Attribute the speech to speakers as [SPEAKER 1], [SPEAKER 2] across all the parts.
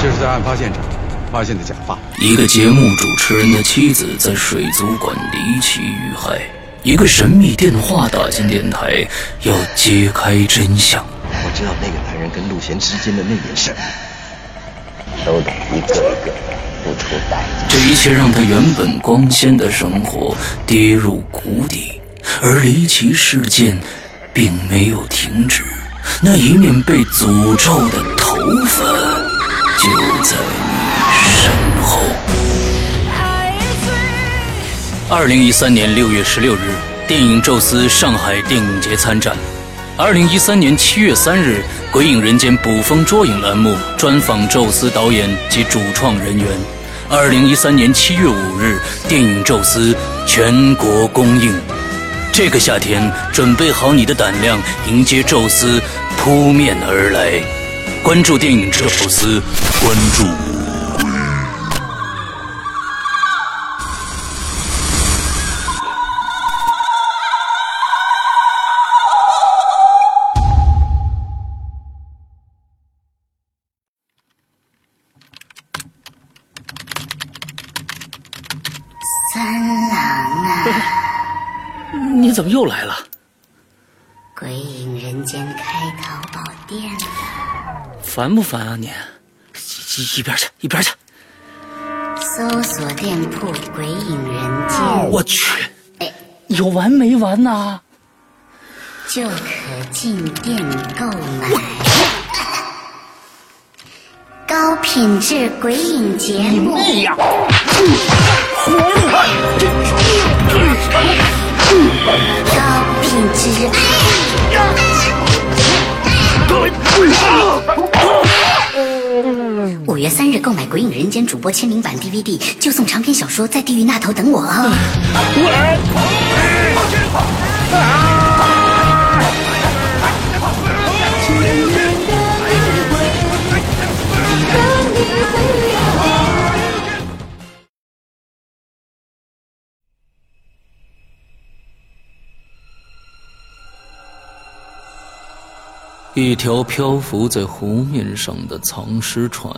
[SPEAKER 1] 是在案发现场发现的假发。
[SPEAKER 2] 一个节目主持人的妻子在水族馆离奇遇害，一个神秘电话打进电台，要揭开真相。
[SPEAKER 3] 我知道那个男人跟陆贤之间的那件事，都得一个一个付出代价。
[SPEAKER 2] 这一切让他原本光鲜的生活跌入谷底，而离奇事件并没有停止，那一面被诅咒的头发就在你身后。二零一三年六月十六日，电影《宙斯》上海电影节参展。二零一三年七月三日，《鬼影人间》捕风捉影栏目专访宙斯导演及主创人员。二零一三年七月五日，电影《宙斯》全国公映。这个夏天，准备好你的胆量，迎接宙斯扑面而来。关注电影《宙斯》，关注我。
[SPEAKER 4] 三郎啊，
[SPEAKER 2] 你怎么又来了？
[SPEAKER 4] 鬼影人间开淘宝店了，
[SPEAKER 2] 烦不烦啊你？一一边去，一边去！
[SPEAKER 4] 搜索店铺“鬼影人间
[SPEAKER 2] 我去，”，
[SPEAKER 4] 哎，
[SPEAKER 2] 有完没完呐、
[SPEAKER 4] 就可进店购买。高品质鬼影节目，高品质。五月三日购买《鬼影人间》主播签名版 DVD，就送长篇小说《在地狱那头等我》哦。
[SPEAKER 2] 一条漂浮在湖面上的藏尸船，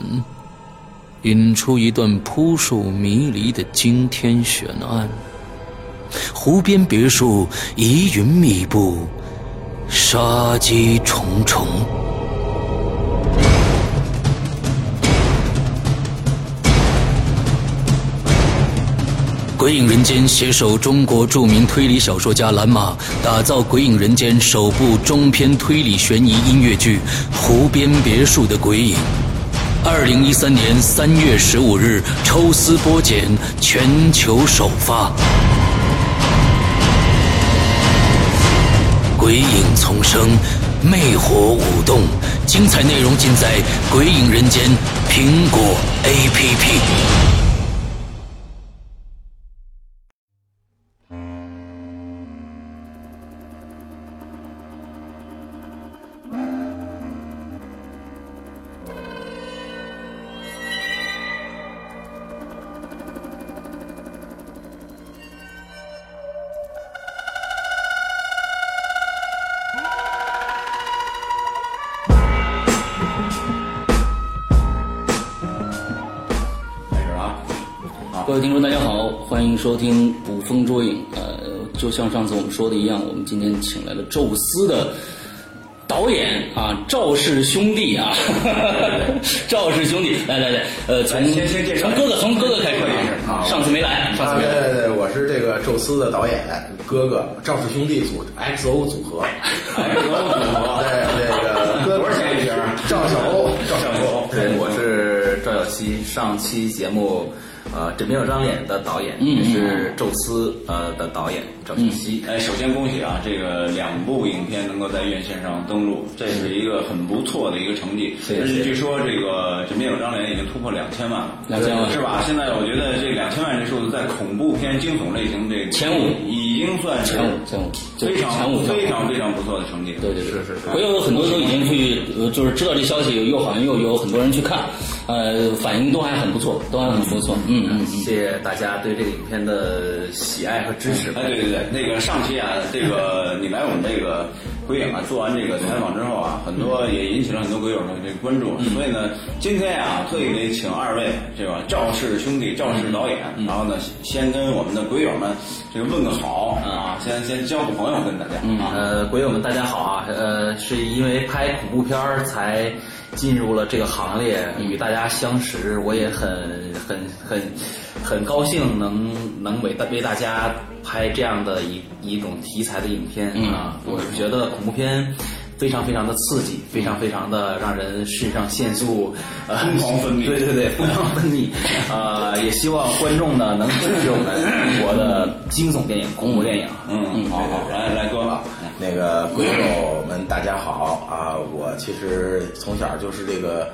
[SPEAKER 2] 引出一段扑朔迷离的惊天悬案。湖边别墅疑云密布，杀机重重。《鬼影人间》携手中国著名推理小说家蓝马，打造《鬼影人间》首部中篇推理悬疑音乐剧《湖边别墅的鬼影》。二零一三年三月十五日抽丝剥茧，全球首发。鬼影丛生，魅火舞动，精彩内容尽在《鬼影人间》苹果 APP。各位听众，大家好，欢迎收听《捕风捉影》。呃，就像上次我们说的一样，我们今天请来了宙斯的导演啊，赵氏兄弟啊，赵氏兄弟，来来来，呃，从
[SPEAKER 5] 来先先介绍
[SPEAKER 2] 从哥哥从哥哥开始
[SPEAKER 5] 啊
[SPEAKER 2] 上次没来，上次
[SPEAKER 5] 啊，
[SPEAKER 2] 没
[SPEAKER 5] 对
[SPEAKER 2] 来，
[SPEAKER 5] 对对，我是这个宙斯的导演哥哥赵氏兄弟组 XO 组合，XO 组合， 对这个哥多少钱一瓶？赵小欧，赵小欧，
[SPEAKER 6] 对，我是赵小西，上期节目。呃，枕边有张脸的导
[SPEAKER 5] 嗯
[SPEAKER 6] 演、也是宙斯呃的导演赵小西，
[SPEAKER 5] 嗯
[SPEAKER 7] 哎，首先恭喜啊！这个两部影片能够在院线上登陆，这是一个很不错的一个成绩。
[SPEAKER 6] 谢谢
[SPEAKER 7] 而且
[SPEAKER 6] 谢谢
[SPEAKER 7] 据说这个《枕边有张脸》已经突破两千万了，
[SPEAKER 2] 两千万
[SPEAKER 7] 是吧？现在我觉得这两千万这数字在恐怖片、惊悚类型这
[SPEAKER 2] 前五
[SPEAKER 7] 已经算是
[SPEAKER 2] 前五前五
[SPEAKER 7] 非常
[SPEAKER 2] 前五
[SPEAKER 7] 非常非常不错的成绩。
[SPEAKER 2] 对对对，
[SPEAKER 6] 是是
[SPEAKER 2] 我有很多都已经去，呃就是知道这消息，又好像又有很多人去看，呃，反应都还很不错，都还很不错，嗯嗯嗯。
[SPEAKER 6] 谢谢大家对这个影片的喜爱和支持。
[SPEAKER 7] 哎哎，对对对，那个上期啊，这个你来我们这个鬼影啊，做完这个采访之后啊，很多也引起了很多鬼友的这个关注，
[SPEAKER 2] 嗯
[SPEAKER 7] 所以呢，今天啊，特意得请二位这个赵氏兄
[SPEAKER 2] 嗯
[SPEAKER 7] 弟、赵氏导演，然后呢，先跟我们的鬼友们这个问个好
[SPEAKER 2] 嗯
[SPEAKER 7] 啊，先先交个朋友跟大家啊，
[SPEAKER 6] 呃，鬼友们大家好啊，呃，是因为拍恐怖片儿才进入了这个行列，与大家相识，我也很很很很高兴能能为大为大家拍这样的一一种题材的影片、
[SPEAKER 7] 嗯
[SPEAKER 6] 啊，我是觉得恐怖片。非常非常的刺激，非常非常的让人肾上腺素呃
[SPEAKER 7] 疯狂分 泌
[SPEAKER 6] 对对对，疯狂分泌。呃，也希望观众呢能支持我们中国的惊悚电影、恐怖电影。啊
[SPEAKER 7] 嗯嗯，好好，来来哥吧，
[SPEAKER 8] 那个鬼友们，大家好啊！我其实从小就是这个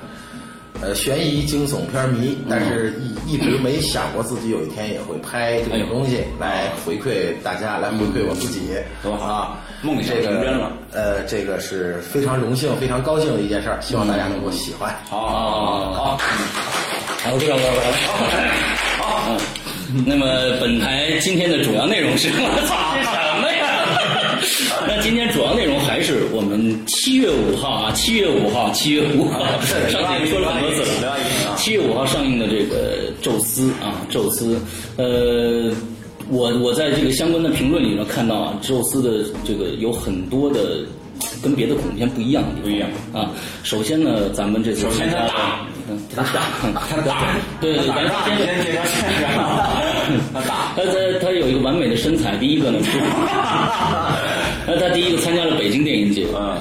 [SPEAKER 8] 呃悬疑惊悚片迷，但是一一直没想过自己有一天也会拍这种东西
[SPEAKER 7] 哎
[SPEAKER 8] 来回馈大家，来回馈我自己，
[SPEAKER 7] 多好
[SPEAKER 8] 啊！
[SPEAKER 7] 梦想
[SPEAKER 8] 这
[SPEAKER 7] 成真
[SPEAKER 8] 个
[SPEAKER 7] 了
[SPEAKER 8] 呃，这个是非常荣幸、非常高兴的一件事儿，希望大家能够喜欢。
[SPEAKER 7] 好好好好，
[SPEAKER 5] 好，这样，好，
[SPEAKER 2] 嗯
[SPEAKER 5] 那么本台今天的主要内容是，我操，是什么 呀？那今天主要内容还是我们七月五号啊，七月五号，七月五号上节目说了很多次了。七月五号上映的这个《宙斯》啊，《宙斯》，呃，我我在这个相关的评论里面看到啊，《宙斯》的这个有很多的跟别的恐怖片不一样的地方
[SPEAKER 7] 不一样
[SPEAKER 5] 啊。首先呢，咱们这次
[SPEAKER 7] 首先它
[SPEAKER 5] 参加
[SPEAKER 7] 大
[SPEAKER 5] 嗯它大，它大，对对，咱
[SPEAKER 7] 胆大，
[SPEAKER 5] 先
[SPEAKER 7] 你先介绍介绍，大。
[SPEAKER 5] 他他他有一个完美的身材，第一个呢是，那他第一个参加了北京电影节，
[SPEAKER 7] 嗯，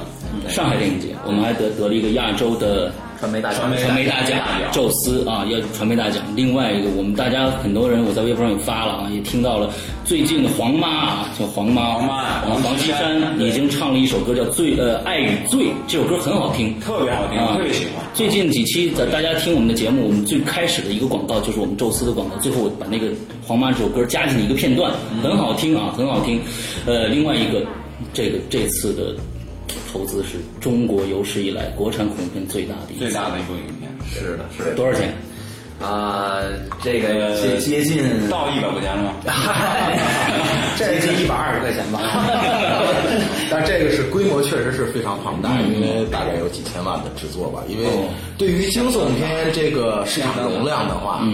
[SPEAKER 5] 上海电影节，我们还得得了一个亚洲的
[SPEAKER 6] 传媒大奖，
[SPEAKER 5] 传媒大奖，宙斯啊，要传媒大奖。另外一个，我们大家很多人，我在微博上也发了啊，也听到了，最近的黄妈啊，叫黄妈，
[SPEAKER 7] 黄妈啊
[SPEAKER 5] 黄黄绮珊已经唱了一首歌叫《醉》，呃，《爱与醉》，这首歌很好听，
[SPEAKER 7] 特别好听
[SPEAKER 5] 啊
[SPEAKER 7] 特别喜欢
[SPEAKER 5] 最近几期在大家听我们的节目，我们最开始的一个广告就是我们宙斯的广告，最后我把那个黄妈这首歌加进一个片段，
[SPEAKER 7] 嗯
[SPEAKER 5] 很好听啊，很好听。呃，另外一个，这个这次的。投资是中国有史以来国产恐怖片最大的一次
[SPEAKER 7] 最大的一部影片，
[SPEAKER 6] 是的，是的。
[SPEAKER 5] 多少钱？
[SPEAKER 6] 啊，这个接接近
[SPEAKER 7] 呃到一百块钱 了吗？
[SPEAKER 8] 这
[SPEAKER 6] 接
[SPEAKER 8] 是
[SPEAKER 6] 近
[SPEAKER 8] 一
[SPEAKER 6] 一
[SPEAKER 8] 百
[SPEAKER 6] 百
[SPEAKER 8] 二
[SPEAKER 6] 二十块
[SPEAKER 8] 十块钱
[SPEAKER 6] 钱
[SPEAKER 8] 吧
[SPEAKER 6] 吧。
[SPEAKER 8] 但这个是规模确实是非常庞大，因为大概有几千万的制作吧。因为
[SPEAKER 5] 哦
[SPEAKER 8] 对于惊悚片这个市场容量的话，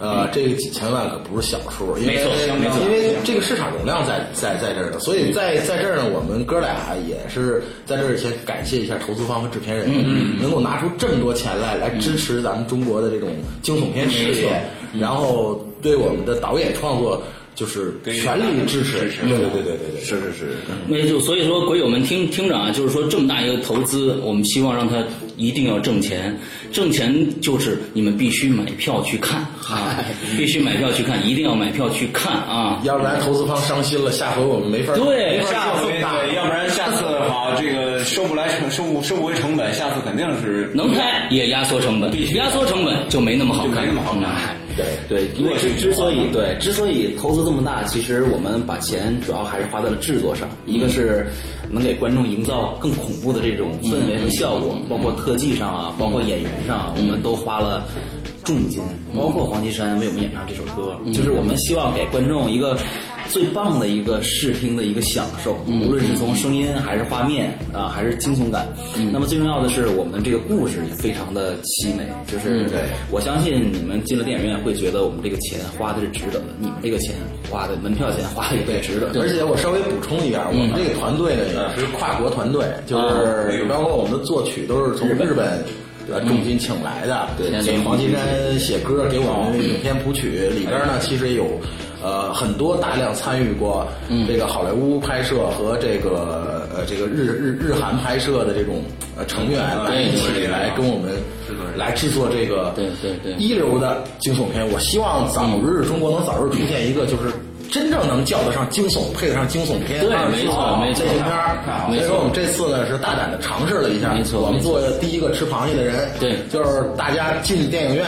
[SPEAKER 8] 呃，这个几千万可不是小数，因
[SPEAKER 5] 嗯
[SPEAKER 8] 为
[SPEAKER 5] 没错没错嗯
[SPEAKER 8] 因为这个市场容量在在在这儿呢，所以在在这儿呢，我们哥俩也是在这儿先感谢一下投资方和制片人，
[SPEAKER 5] 嗯
[SPEAKER 8] 能够拿出这么多钱来来支持咱们中国的这种惊悚片事业，然后对我们的导演创作就是全力支持，对对对对对对，是是是。
[SPEAKER 5] 那就所以说，鬼友们听听着啊，就是说这么大一个投资，我们希望让它一定要挣钱。挣钱就是你们必须买票去看啊，必须买票去看，一定要买票去看啊。
[SPEAKER 8] 要不然投资方伤心了，下回我们没法
[SPEAKER 5] 对
[SPEAKER 8] 没法
[SPEAKER 7] 下
[SPEAKER 8] 做
[SPEAKER 7] 回
[SPEAKER 8] 这么大
[SPEAKER 7] 对，要不然下次好，这个收不来 成收不收不回成本，下次肯定是
[SPEAKER 5] 能拍也压缩成本，压缩成本就没那么好
[SPEAKER 7] 就
[SPEAKER 5] 看，
[SPEAKER 7] 没那么好看
[SPEAKER 5] 哎
[SPEAKER 8] 对
[SPEAKER 6] 嗯对，因为之之所以对，之所以投资这么大，其实我们把钱主要还是花在了制作上，一个是能给观众营造更恐怖的这种
[SPEAKER 7] 嗯
[SPEAKER 6] 氛围和效果，包括特技上啊，包括演员上啊，我
[SPEAKER 7] 嗯
[SPEAKER 6] 们都花了。重金，包括黄绮珊为我们演唱这首歌，
[SPEAKER 5] 嗯
[SPEAKER 7] 嗯
[SPEAKER 6] 就是我们希望给观众一个最棒的一个视听的一个享受，无论是从声音还是画面啊，还是惊悚感。那么最重要的是，我们这个故事也非常的凄美，就是对我相信你们进了电影院会觉得我们这个钱花的是值得的，你们这个钱花的门票钱花的也是值得的。
[SPEAKER 8] 而且我稍微补充一下，我们这个团队呢也是跨国团队，就是包括我们的作曲都是从日本。呃，重金请来的，对给黄绮珊写歌，给我们影片谱曲，里边呢其实也有，呃，很多大量参与过这个好莱坞拍摄和这个呃这个日日日韩拍摄的这种呃成员来一起来跟我们来制作这个
[SPEAKER 5] 对对对
[SPEAKER 8] 一流的惊悚片。我希望早日中国能早日出现一个就是真正能叫得上惊悚、配得上惊悚片，
[SPEAKER 5] 对
[SPEAKER 8] 二十
[SPEAKER 5] 没错
[SPEAKER 8] 号
[SPEAKER 5] 没错
[SPEAKER 8] 类型片儿
[SPEAKER 5] 太好了
[SPEAKER 8] 所以
[SPEAKER 5] 没
[SPEAKER 8] 说
[SPEAKER 5] 错
[SPEAKER 8] 我们这次呢是大胆的尝试了一下，
[SPEAKER 5] 没错
[SPEAKER 8] 我们
[SPEAKER 5] 没
[SPEAKER 8] 做第一个吃螃蟹的人，
[SPEAKER 5] 对
[SPEAKER 8] 就是大家进电影院。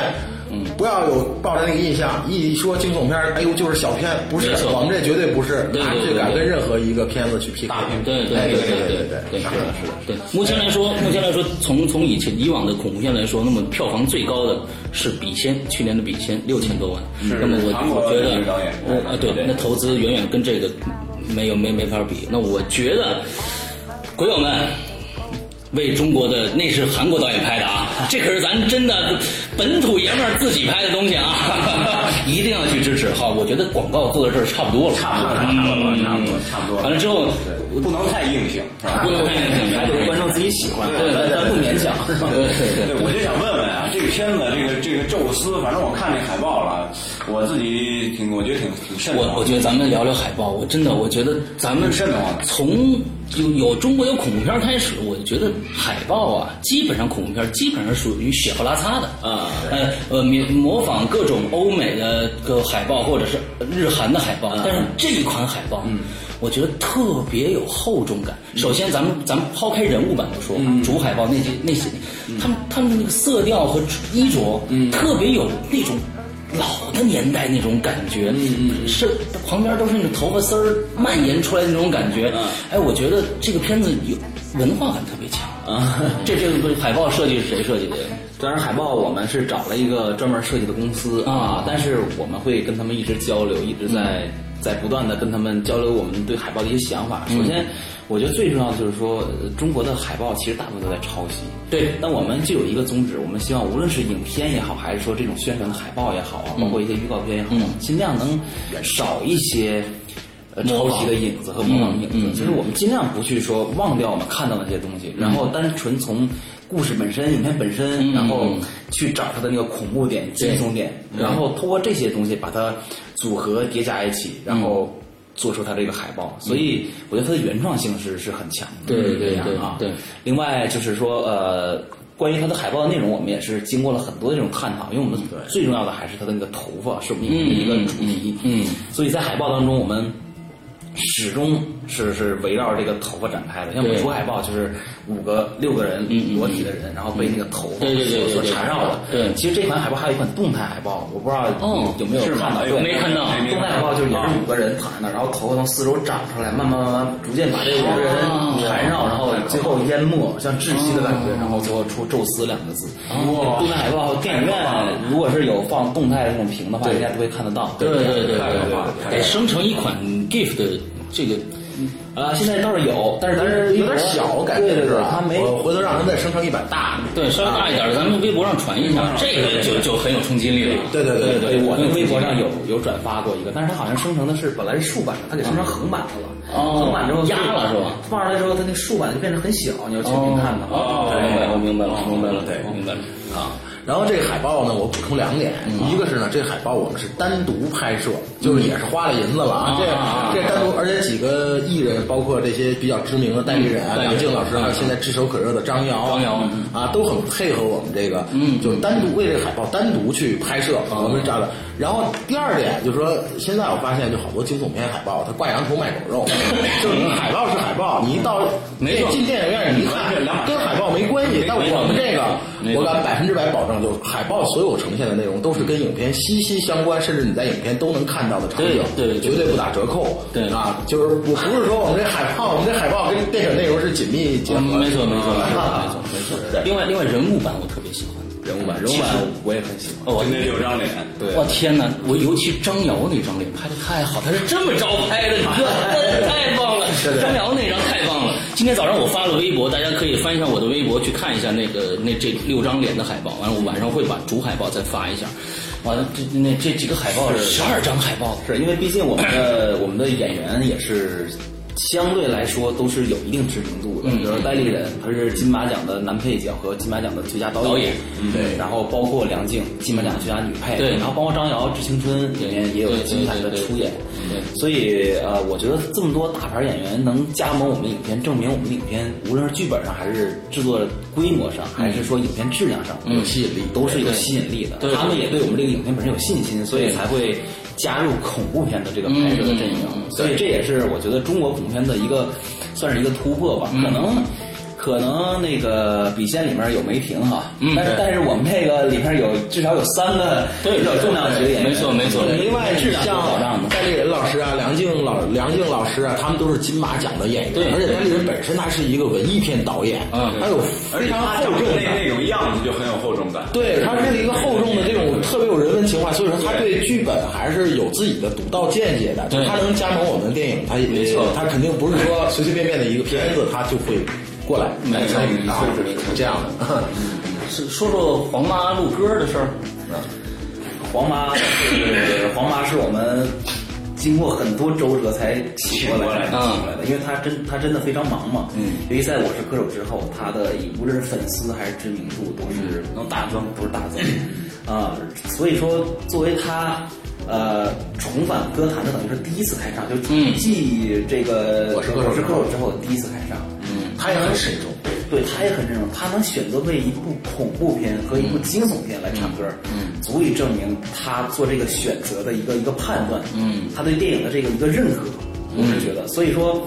[SPEAKER 8] 不要有抱着那个印象，一说惊悚片儿，哎呦就是小片，不是
[SPEAKER 5] 没，错
[SPEAKER 8] 我们这绝对不是，
[SPEAKER 5] 对对
[SPEAKER 8] 拿
[SPEAKER 5] 对
[SPEAKER 8] 这
[SPEAKER 5] 对
[SPEAKER 8] 敢
[SPEAKER 5] 对
[SPEAKER 8] 跟任何一个片子去 PK，
[SPEAKER 5] 对对
[SPEAKER 8] 哎
[SPEAKER 5] 对
[SPEAKER 8] 对
[SPEAKER 5] 对
[SPEAKER 8] 对
[SPEAKER 5] 对，
[SPEAKER 8] 是
[SPEAKER 5] 是
[SPEAKER 8] 的，是的。
[SPEAKER 5] 对。目前来说，目前来说，从从以前以往的恐怖片来说，那么票房最高的是《笔仙》，去年的《笔仙》六千多万。
[SPEAKER 7] 是
[SPEAKER 5] 那么我
[SPEAKER 7] 韩国
[SPEAKER 5] 我觉得
[SPEAKER 7] 那个导演，
[SPEAKER 5] 我啊对
[SPEAKER 7] 对，
[SPEAKER 5] 那投资远远跟这个没有没没法比。那我觉得。鬼友们。为中国的那是韩国导演拍的啊，这可是咱真的本土爷们儿自己拍的东西啊，一定要去支持哈！我觉得广告做到这儿差不多了，
[SPEAKER 7] 差不多了，差不多了，差不多了，差不多了。
[SPEAKER 5] 完了之后，
[SPEAKER 7] 不能太硬性，是吧？
[SPEAKER 5] 不能太硬性
[SPEAKER 6] 还得观众自己喜欢，
[SPEAKER 5] 对对对
[SPEAKER 6] 咱不勉强。
[SPEAKER 5] 对
[SPEAKER 7] 对，我就想问问啊，这个片子，这个这个宙斯，反正我看这海报了，我自己挺，我觉得挺挺慎重。
[SPEAKER 5] 我我觉得咱们聊聊海报，我真的我觉得咱们
[SPEAKER 7] 慎重啊
[SPEAKER 5] 从有有中国有恐怖片儿开始，我就觉得海报啊，基本上恐怖片儿基本上属于血不拉擦的
[SPEAKER 6] 啊
[SPEAKER 5] 呃呃模模仿各种欧美的个海报或者是日韩的海报，但是这一款海报，我觉得特别有厚重感。首先，咱们咱们抛开人物版不说，啊主海报那些那些，他们他们的那个色调和衣着，特别有那种。老的年代那种感觉，
[SPEAKER 6] 嗯
[SPEAKER 5] 是旁边都是那种头发丝儿蔓延出来的那种感觉。
[SPEAKER 6] 嗯
[SPEAKER 5] 哎，我觉得这个片子有文化感特别强
[SPEAKER 6] 啊
[SPEAKER 5] 这这个海报设计是谁设计的？
[SPEAKER 6] 当然，海报我们是找了一个专门设计的公司
[SPEAKER 5] 啊
[SPEAKER 6] 但是我们会跟他们一直交流，一直在、在不断的跟他们交流我们对海报的一些想法。首
[SPEAKER 5] 嗯
[SPEAKER 6] 先，我觉得最重要的就是说，呃中国的海报其实大部分都在抄袭。
[SPEAKER 5] 对
[SPEAKER 6] 但我们就有一个宗旨，我们希望无论是影片也好，还是说这种宣传的海报也好啊，包括一些预告片也好，
[SPEAKER 5] 嗯
[SPEAKER 6] 尽量能少一些。呃抄
[SPEAKER 5] 模仿
[SPEAKER 6] 袭的影子和模仿的影子，
[SPEAKER 5] 嗯嗯嗯
[SPEAKER 6] 其实我们尽量不去说忘掉我们看到的那些东西，然后单纯从故事本身、影片本身，然后去找它的那个恐怖点、惊悚点，然后通过这些东西把它组合叠加一起，然后做出它这个海报。所以我觉得它的原创性是是很强的。
[SPEAKER 5] 嗯对对
[SPEAKER 6] 这样
[SPEAKER 5] 对
[SPEAKER 6] 啊。
[SPEAKER 5] 对
[SPEAKER 6] 另外就是说呃。关于它的海报的内容，我们也是经过了很多的这种探讨，因为我们最重要的还是它的那个头发是我们一个主题，
[SPEAKER 5] 嗯嗯嗯嗯
[SPEAKER 6] 所以在海报当中，我们始终是是围绕着这个头发展开的。像我们
[SPEAKER 5] 对
[SPEAKER 6] 主海报就是五个六个人裸体的人，然后被那个头发
[SPEAKER 5] 对对对
[SPEAKER 6] 所
[SPEAKER 5] 对
[SPEAKER 6] 所
[SPEAKER 5] 对
[SPEAKER 6] 缠绕的。
[SPEAKER 5] 对
[SPEAKER 6] 其实这款海报还有一款动态海报，我不知道
[SPEAKER 5] 哦
[SPEAKER 6] 有有没有
[SPEAKER 7] 是吗
[SPEAKER 6] 看到？
[SPEAKER 7] 哎
[SPEAKER 6] 对，
[SPEAKER 5] 没看到
[SPEAKER 7] 没
[SPEAKER 6] 动态海报就是也是五个人躺在那儿，然后头发从四周长出来，慢慢慢慢逐渐把这五个人缠绕，然后最后淹没，像窒息的感觉，然后最后出“宙斯”两个字。
[SPEAKER 5] 哇
[SPEAKER 6] 动态海报电影院如果是有放动态的那种屏的话，应该都会看得哎到。
[SPEAKER 5] 对对对对
[SPEAKER 6] 太有画面
[SPEAKER 5] 对，得生成一款 GIF 的这个，
[SPEAKER 6] 啊，现在倒是有，但是
[SPEAKER 8] 但是有点小，感觉
[SPEAKER 6] 对对
[SPEAKER 8] 是
[SPEAKER 6] 对
[SPEAKER 8] 吧？，
[SPEAKER 6] 它没
[SPEAKER 8] 我回头让他再生成一版大的。
[SPEAKER 5] 对稍微大一点的，咱们微博上传一下，这个就就很有冲击力了。
[SPEAKER 8] 对对对
[SPEAKER 5] 对
[SPEAKER 6] 对，我
[SPEAKER 5] 很
[SPEAKER 6] 那
[SPEAKER 5] 有
[SPEAKER 6] 微
[SPEAKER 5] 冲
[SPEAKER 6] 博
[SPEAKER 5] 击
[SPEAKER 6] 上
[SPEAKER 5] 力
[SPEAKER 6] 有有转发过一个，但是它好像生成的是本来是竖版的，它给生
[SPEAKER 8] 嗯
[SPEAKER 6] 成横版的了。
[SPEAKER 5] 哦
[SPEAKER 6] 横版之后
[SPEAKER 5] 压了是吧？
[SPEAKER 6] 放上来之后，它那竖版就变成很小，你要全屏看的话。
[SPEAKER 5] 哦，
[SPEAKER 6] 对
[SPEAKER 5] 明白，我明白了，
[SPEAKER 7] 哦
[SPEAKER 5] 明白了，
[SPEAKER 7] 对
[SPEAKER 5] 我明白了。
[SPEAKER 8] 啊。然后这个海报呢，我补充两点，一个是呢，这海报我们是单独拍摄，就是也是花了银子了啊。
[SPEAKER 5] 啊
[SPEAKER 8] 这这单独，而且几个艺人，包括这些比较知名的代理人啊，梁静老师，还有现在炙手可热的张瑶，
[SPEAKER 5] 张瑶
[SPEAKER 8] 啊，都很配合我们这个，嗯，就是单独为这个海报单独去拍摄，啊
[SPEAKER 5] 嗯
[SPEAKER 8] 我们找的。然后第二点就是说，现在我发现就好多惊悚片海报，它挂羊头卖狗 肉，就是你海报是海报，你一到
[SPEAKER 5] 没错
[SPEAKER 8] 进电影院你一看，跟海报没关系。但我们这个
[SPEAKER 5] 没，错
[SPEAKER 8] 我敢百分之百保证，就是海报所有呈现的内容都是跟影片息息相关，甚至你在影片都能看到的场景，
[SPEAKER 5] 对对对
[SPEAKER 8] 绝对不打折扣。
[SPEAKER 5] 对
[SPEAKER 8] 啊，就是我不是说我们这海报，我们这海报跟电影内容是紧密结合
[SPEAKER 5] 嗯
[SPEAKER 8] 的、
[SPEAKER 5] 没错没错没错没
[SPEAKER 8] 啊
[SPEAKER 5] 错没错。
[SPEAKER 8] 对
[SPEAKER 5] 另外另外人物版我特别喜欢，
[SPEAKER 6] 人物版，人物版我也很喜欢。
[SPEAKER 5] 哦，
[SPEAKER 7] 就那六张脸，
[SPEAKER 5] 我天哪！我尤其张瑶那张脸拍的太好，他是这么着 拍的，你知道吗 太棒了！张瑶那张太棒了。今天早上我发了微博，大家可以翻一下我的微博去看一下那个那这六张脸的海报。完了，我晚上会把主海报再发一下。完了，这那这几个海报
[SPEAKER 6] 是
[SPEAKER 5] 十二张海报，
[SPEAKER 6] 是因为毕竟我们的我们的演员也是相对来说都是有一定知名度的，
[SPEAKER 5] 嗯
[SPEAKER 6] 比如说戴立忍，他是金马奖的男配角和金马奖的最佳导
[SPEAKER 5] 导演
[SPEAKER 6] 对，然后包括梁静，金马奖最佳女配，
[SPEAKER 5] 对
[SPEAKER 6] 然后包括张瑶《致青春》里面也有
[SPEAKER 5] 对对
[SPEAKER 6] 精彩
[SPEAKER 5] 对
[SPEAKER 6] 的
[SPEAKER 5] 对
[SPEAKER 6] 出演，
[SPEAKER 5] 对
[SPEAKER 6] 所以呃，我觉得这么多大牌演员能加盟我们影片，证明我们影片无论是剧本上还是制作规模上，还是说影片质量上
[SPEAKER 5] 嗯
[SPEAKER 6] 有吸引力，都是有吸引力的，
[SPEAKER 5] 对对
[SPEAKER 6] 他们也对我们这个影片本身有信心，所以才会加入恐怖片的这个拍摄的阵
[SPEAKER 5] 嗯嗯
[SPEAKER 6] 营。所以这也是我觉得中国恐怖片的一个，算是一个突破吧。可能可能那个笔仙里面有梅婷哈，
[SPEAKER 5] 嗯
[SPEAKER 6] 但是但是我们这个里面有至少有三个
[SPEAKER 5] 对
[SPEAKER 6] 比较重量级的演员，
[SPEAKER 5] 没错没错啊
[SPEAKER 6] 另
[SPEAKER 8] 另
[SPEAKER 6] 外
[SPEAKER 8] 外，
[SPEAKER 6] 质
[SPEAKER 8] 你
[SPEAKER 6] 量
[SPEAKER 8] 像
[SPEAKER 6] 保障的。
[SPEAKER 8] 戴立人老师啊，梁静老梁静老师啊，他们都是金马奖的演员，
[SPEAKER 5] 对
[SPEAKER 8] 而且戴立人本身他是一个文艺片导演，
[SPEAKER 5] 嗯
[SPEAKER 8] 他有
[SPEAKER 7] 而
[SPEAKER 8] 非
[SPEAKER 7] 且
[SPEAKER 8] 常
[SPEAKER 7] 他
[SPEAKER 8] 厚
[SPEAKER 7] 长
[SPEAKER 8] 重
[SPEAKER 7] 得
[SPEAKER 8] 的
[SPEAKER 7] 那那种样子就很有厚重感。
[SPEAKER 8] 对，他是一个厚重的这种特别有人文情怀，所以说他对剧本还是有自己的独到见解的。就
[SPEAKER 5] 对
[SPEAKER 8] 他能加盟我们电影，他也没错，他肯定不是说随随便便的一个片子他就会过来，
[SPEAKER 7] 没错没错
[SPEAKER 8] 是是这样 的。
[SPEAKER 6] 是说说黄妈录歌的事儿。黄妈是黄妈是我们经过很多周折才请过来的，
[SPEAKER 7] 请
[SPEAKER 6] 请过来的，因为她真她真的非常忙嘛。嗯，尤其在我是歌手之后，她的无论是粉丝还是知名度都是能大增，都是大增。啊、所以说作为她。呃，重返歌坛的等于是第一次开唱，就继这个
[SPEAKER 8] 我是歌手
[SPEAKER 6] 我是歌手之后的第一次开唱。嗯，
[SPEAKER 8] 他也很慎重，
[SPEAKER 6] 对他也很认重，他能选择为一部恐怖片和一部惊悚片来唱歌，嗯，足以证明他做这个选择的一个一个判断，嗯，他对电影的这个一个认可，我是觉得，所以说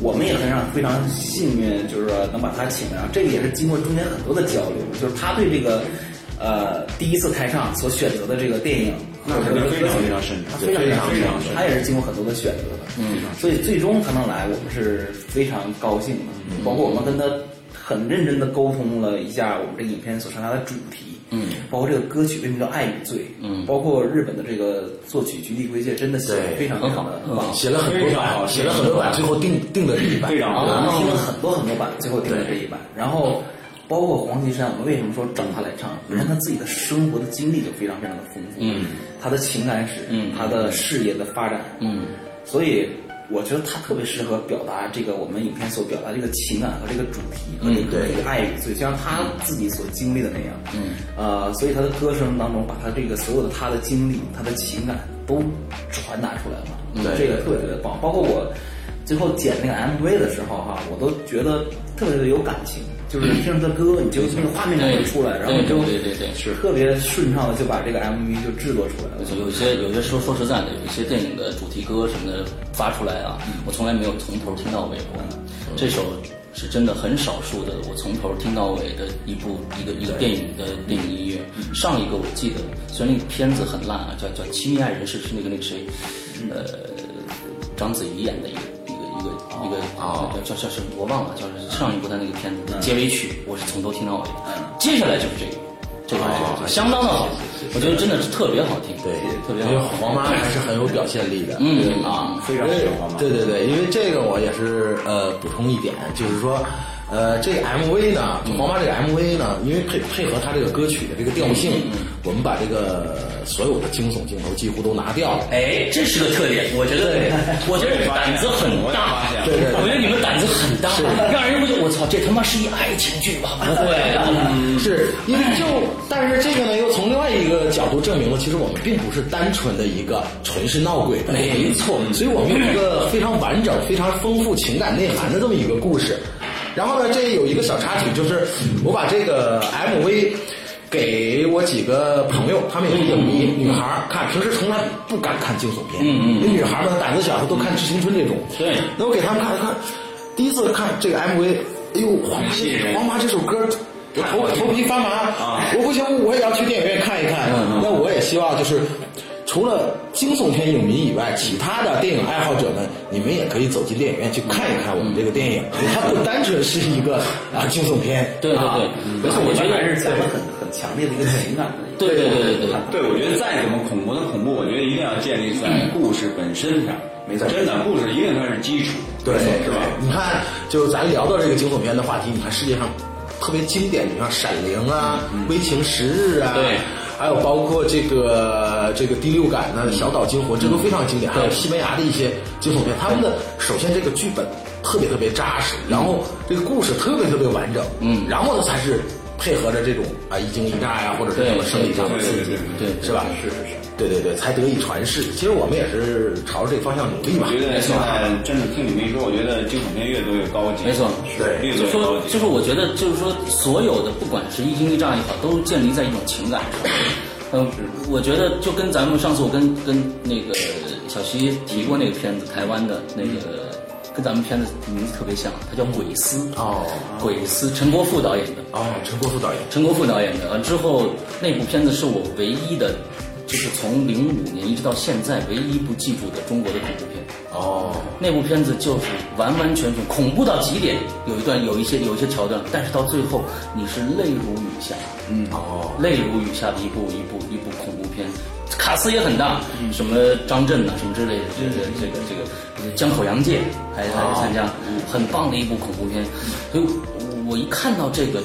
[SPEAKER 6] 我们也很让非常幸运，就是说能把他请上，这个也是经过中间很多的交流，就是他对这个呃第一次开唱所选择的这个电影。
[SPEAKER 7] 那肯定非常非常慎重
[SPEAKER 6] 他非常非常慎
[SPEAKER 7] 非
[SPEAKER 6] 重
[SPEAKER 7] 常慎重，
[SPEAKER 6] 他也是经过很多的选择的，嗯，所以最终他能来，我们是非常高兴的。包括我们跟他很认真的沟通了一下我们这个影片所传达的主题，嗯，包括这个歌曲为什么叫《爱与罪》，嗯，包括日本的这个作曲菊地圭介真的写的
[SPEAKER 8] 对
[SPEAKER 6] 非常非常的棒，
[SPEAKER 8] 写了很多版，写了很多版，最后定定的是一版。
[SPEAKER 7] 非常
[SPEAKER 6] 然后我
[SPEAKER 7] 棒
[SPEAKER 6] 们听了很多很多版，最后定了这一版。然后包括黄绮珊，我们为什么说找她来唱？你看她自己的生活的经历就非常非常的丰富，嗯，她的情感史，嗯，她的事业的发展，嗯，所以我觉得她特别适合表达这个我们影片所表达这个情感和这个主题和这个这个爱与罪，就像她自己所经历的那样，嗯，呃，所以她的歌声当中把她这个所有的她的经历、她的情感都传达出来了，嗯对，这个特别特别棒，包括我。最后剪那个 MV 的时候哈、我都觉得特别的有感情，就是听着他歌，你就那个画面感就出来，然后就
[SPEAKER 5] 对对对对是
[SPEAKER 6] 特别顺畅的就把这个 MV 就制作出来了。
[SPEAKER 5] 就有些有些说说实在的，有一些电影的主题歌什么的发出来啊，我从来没有从头听到尾过。这首是真的很少数的，我从头听到尾的一部一个一个电影的电影音乐。上一个我记得，虽然那个片子很烂啊，叫叫《亲密爱人》是是那个那个谁，呃，章子怡演的一个。一个一个一个叫叫叫什么我忘了，叫上一部他那个片子结尾曲，我是从头听到尾。接下来就是这个，这个这个相当的好，我觉得真的是特别好听，
[SPEAKER 8] 对，
[SPEAKER 5] 特别
[SPEAKER 8] 因为
[SPEAKER 5] 好。
[SPEAKER 8] 黄妈还是很有表现力的。
[SPEAKER 5] 嗯啊，
[SPEAKER 7] 非常适合嘛。
[SPEAKER 8] 对对对，因为这个我也是呃补充一点，就是说，呃，这个 MV 呢，
[SPEAKER 7] 嗯
[SPEAKER 8] 就黄妈这个 MV 呢，因为配配合它这个歌曲的这个调性，
[SPEAKER 7] 嗯
[SPEAKER 8] 我们把这个所有的惊悚镜头几乎都拿掉了。
[SPEAKER 5] 哎，这是个特点，我觉得，我觉得你胆子很
[SPEAKER 7] 我也
[SPEAKER 5] 大
[SPEAKER 7] 发现了，
[SPEAKER 8] 对对对
[SPEAKER 5] 我觉得你们胆子很大，让人不就我操，这他妈是一爱情剧吧？不会的，
[SPEAKER 8] 是因为就，但是这个呢，又从另外一个角度证明了，其实我们并不是单纯的一个纯是闹鬼的，没错。所以我们有一个非常完整、非常丰富情感内涵的这么一个故事。然后呢，这有一个小插曲，就是我把这个 MV 给我几个朋友，他们也是影迷，女孩儿看，平时从来不敢看惊悚片，嗯嗯，那女孩儿嘛胆子小，她都看《致青春》这种，
[SPEAKER 5] 对
[SPEAKER 8] 那我给他们看看，第一次看这个 MV，哎呦，黄妈
[SPEAKER 7] 吸引人
[SPEAKER 8] 黄妈这首歌，我头头皮发麻
[SPEAKER 5] 啊
[SPEAKER 8] 我不行，我也要去电影院看一看。
[SPEAKER 5] 嗯
[SPEAKER 8] 那我也希望就是。除了惊悚片影迷以外，其他的电影爱好者们，你们也可以走进电影院去看一看我们这个电影。它不单纯是一个啊惊悚片，
[SPEAKER 5] 嗯
[SPEAKER 8] 啊
[SPEAKER 5] 对对对，而且我觉得
[SPEAKER 6] 还是讲了很很强烈的一个情感的一个。
[SPEAKER 5] 对对对对对。
[SPEAKER 7] 对，我觉得再怎么恐怖的恐怖，我觉得一定要建立在故事本身上。没错，真的故事一定它是基础，
[SPEAKER 8] 对，
[SPEAKER 7] 是吧？
[SPEAKER 8] 你看，就是咱聊到这个惊悚片的话题，你看世界上特别经典，你像《闪灵》啊，危情十日》啊，
[SPEAKER 5] 对，
[SPEAKER 8] 还有包括这个这个第六感呢，小岛惊魂》，这都非常经典。还有西班牙的一些惊悚片，他们的首先这个剧本特别特别扎实，然后这个故事特别特别完整，嗯，然后呢才是配合着这种啊一惊一乍呀，或者是什么生理上的
[SPEAKER 7] 对
[SPEAKER 8] 刺
[SPEAKER 7] 对
[SPEAKER 8] 激
[SPEAKER 7] 对，
[SPEAKER 5] 对对
[SPEAKER 8] 是吧？是是是，对对对，才得以传世。其实我们也是朝着这个方向努力
[SPEAKER 7] 我
[SPEAKER 8] 吧。
[SPEAKER 7] 觉得现在真的听你们一说，我觉得惊悚片越做越高级，
[SPEAKER 5] 没错
[SPEAKER 7] 是越
[SPEAKER 5] 就是
[SPEAKER 7] 做越
[SPEAKER 5] 说
[SPEAKER 7] 高，级
[SPEAKER 5] 就。是我觉得，就是说，所有的不管是一惊一乍也好，都建立在一种情感上。嗯，我觉得就跟咱们上次我跟跟那个小西提过那个片子，台湾的那个。跟咱们片子名字特别像，它叫《鬼丝》
[SPEAKER 8] 哦，
[SPEAKER 5] 鬼丝，陈国富导演的。
[SPEAKER 8] 哦，陈国富导演，
[SPEAKER 5] 陈国富导演的。完呃之后，那部片子是我唯一的，就是从零五年一直到现在唯一不记住的中国的恐怖片。
[SPEAKER 8] 哦，
[SPEAKER 5] 那部片子就是完完全全恐怖到极点，有一段有一些有一些桥段，但是到最后你是泪如雨下，嗯，哦，泪如雨下的一部一部一部恐怖片，卡斯也很大，什么张震呐、什么之类的，这个这个这个江口洋介还还参加，很棒的一部恐怖片，所以我我一看到这个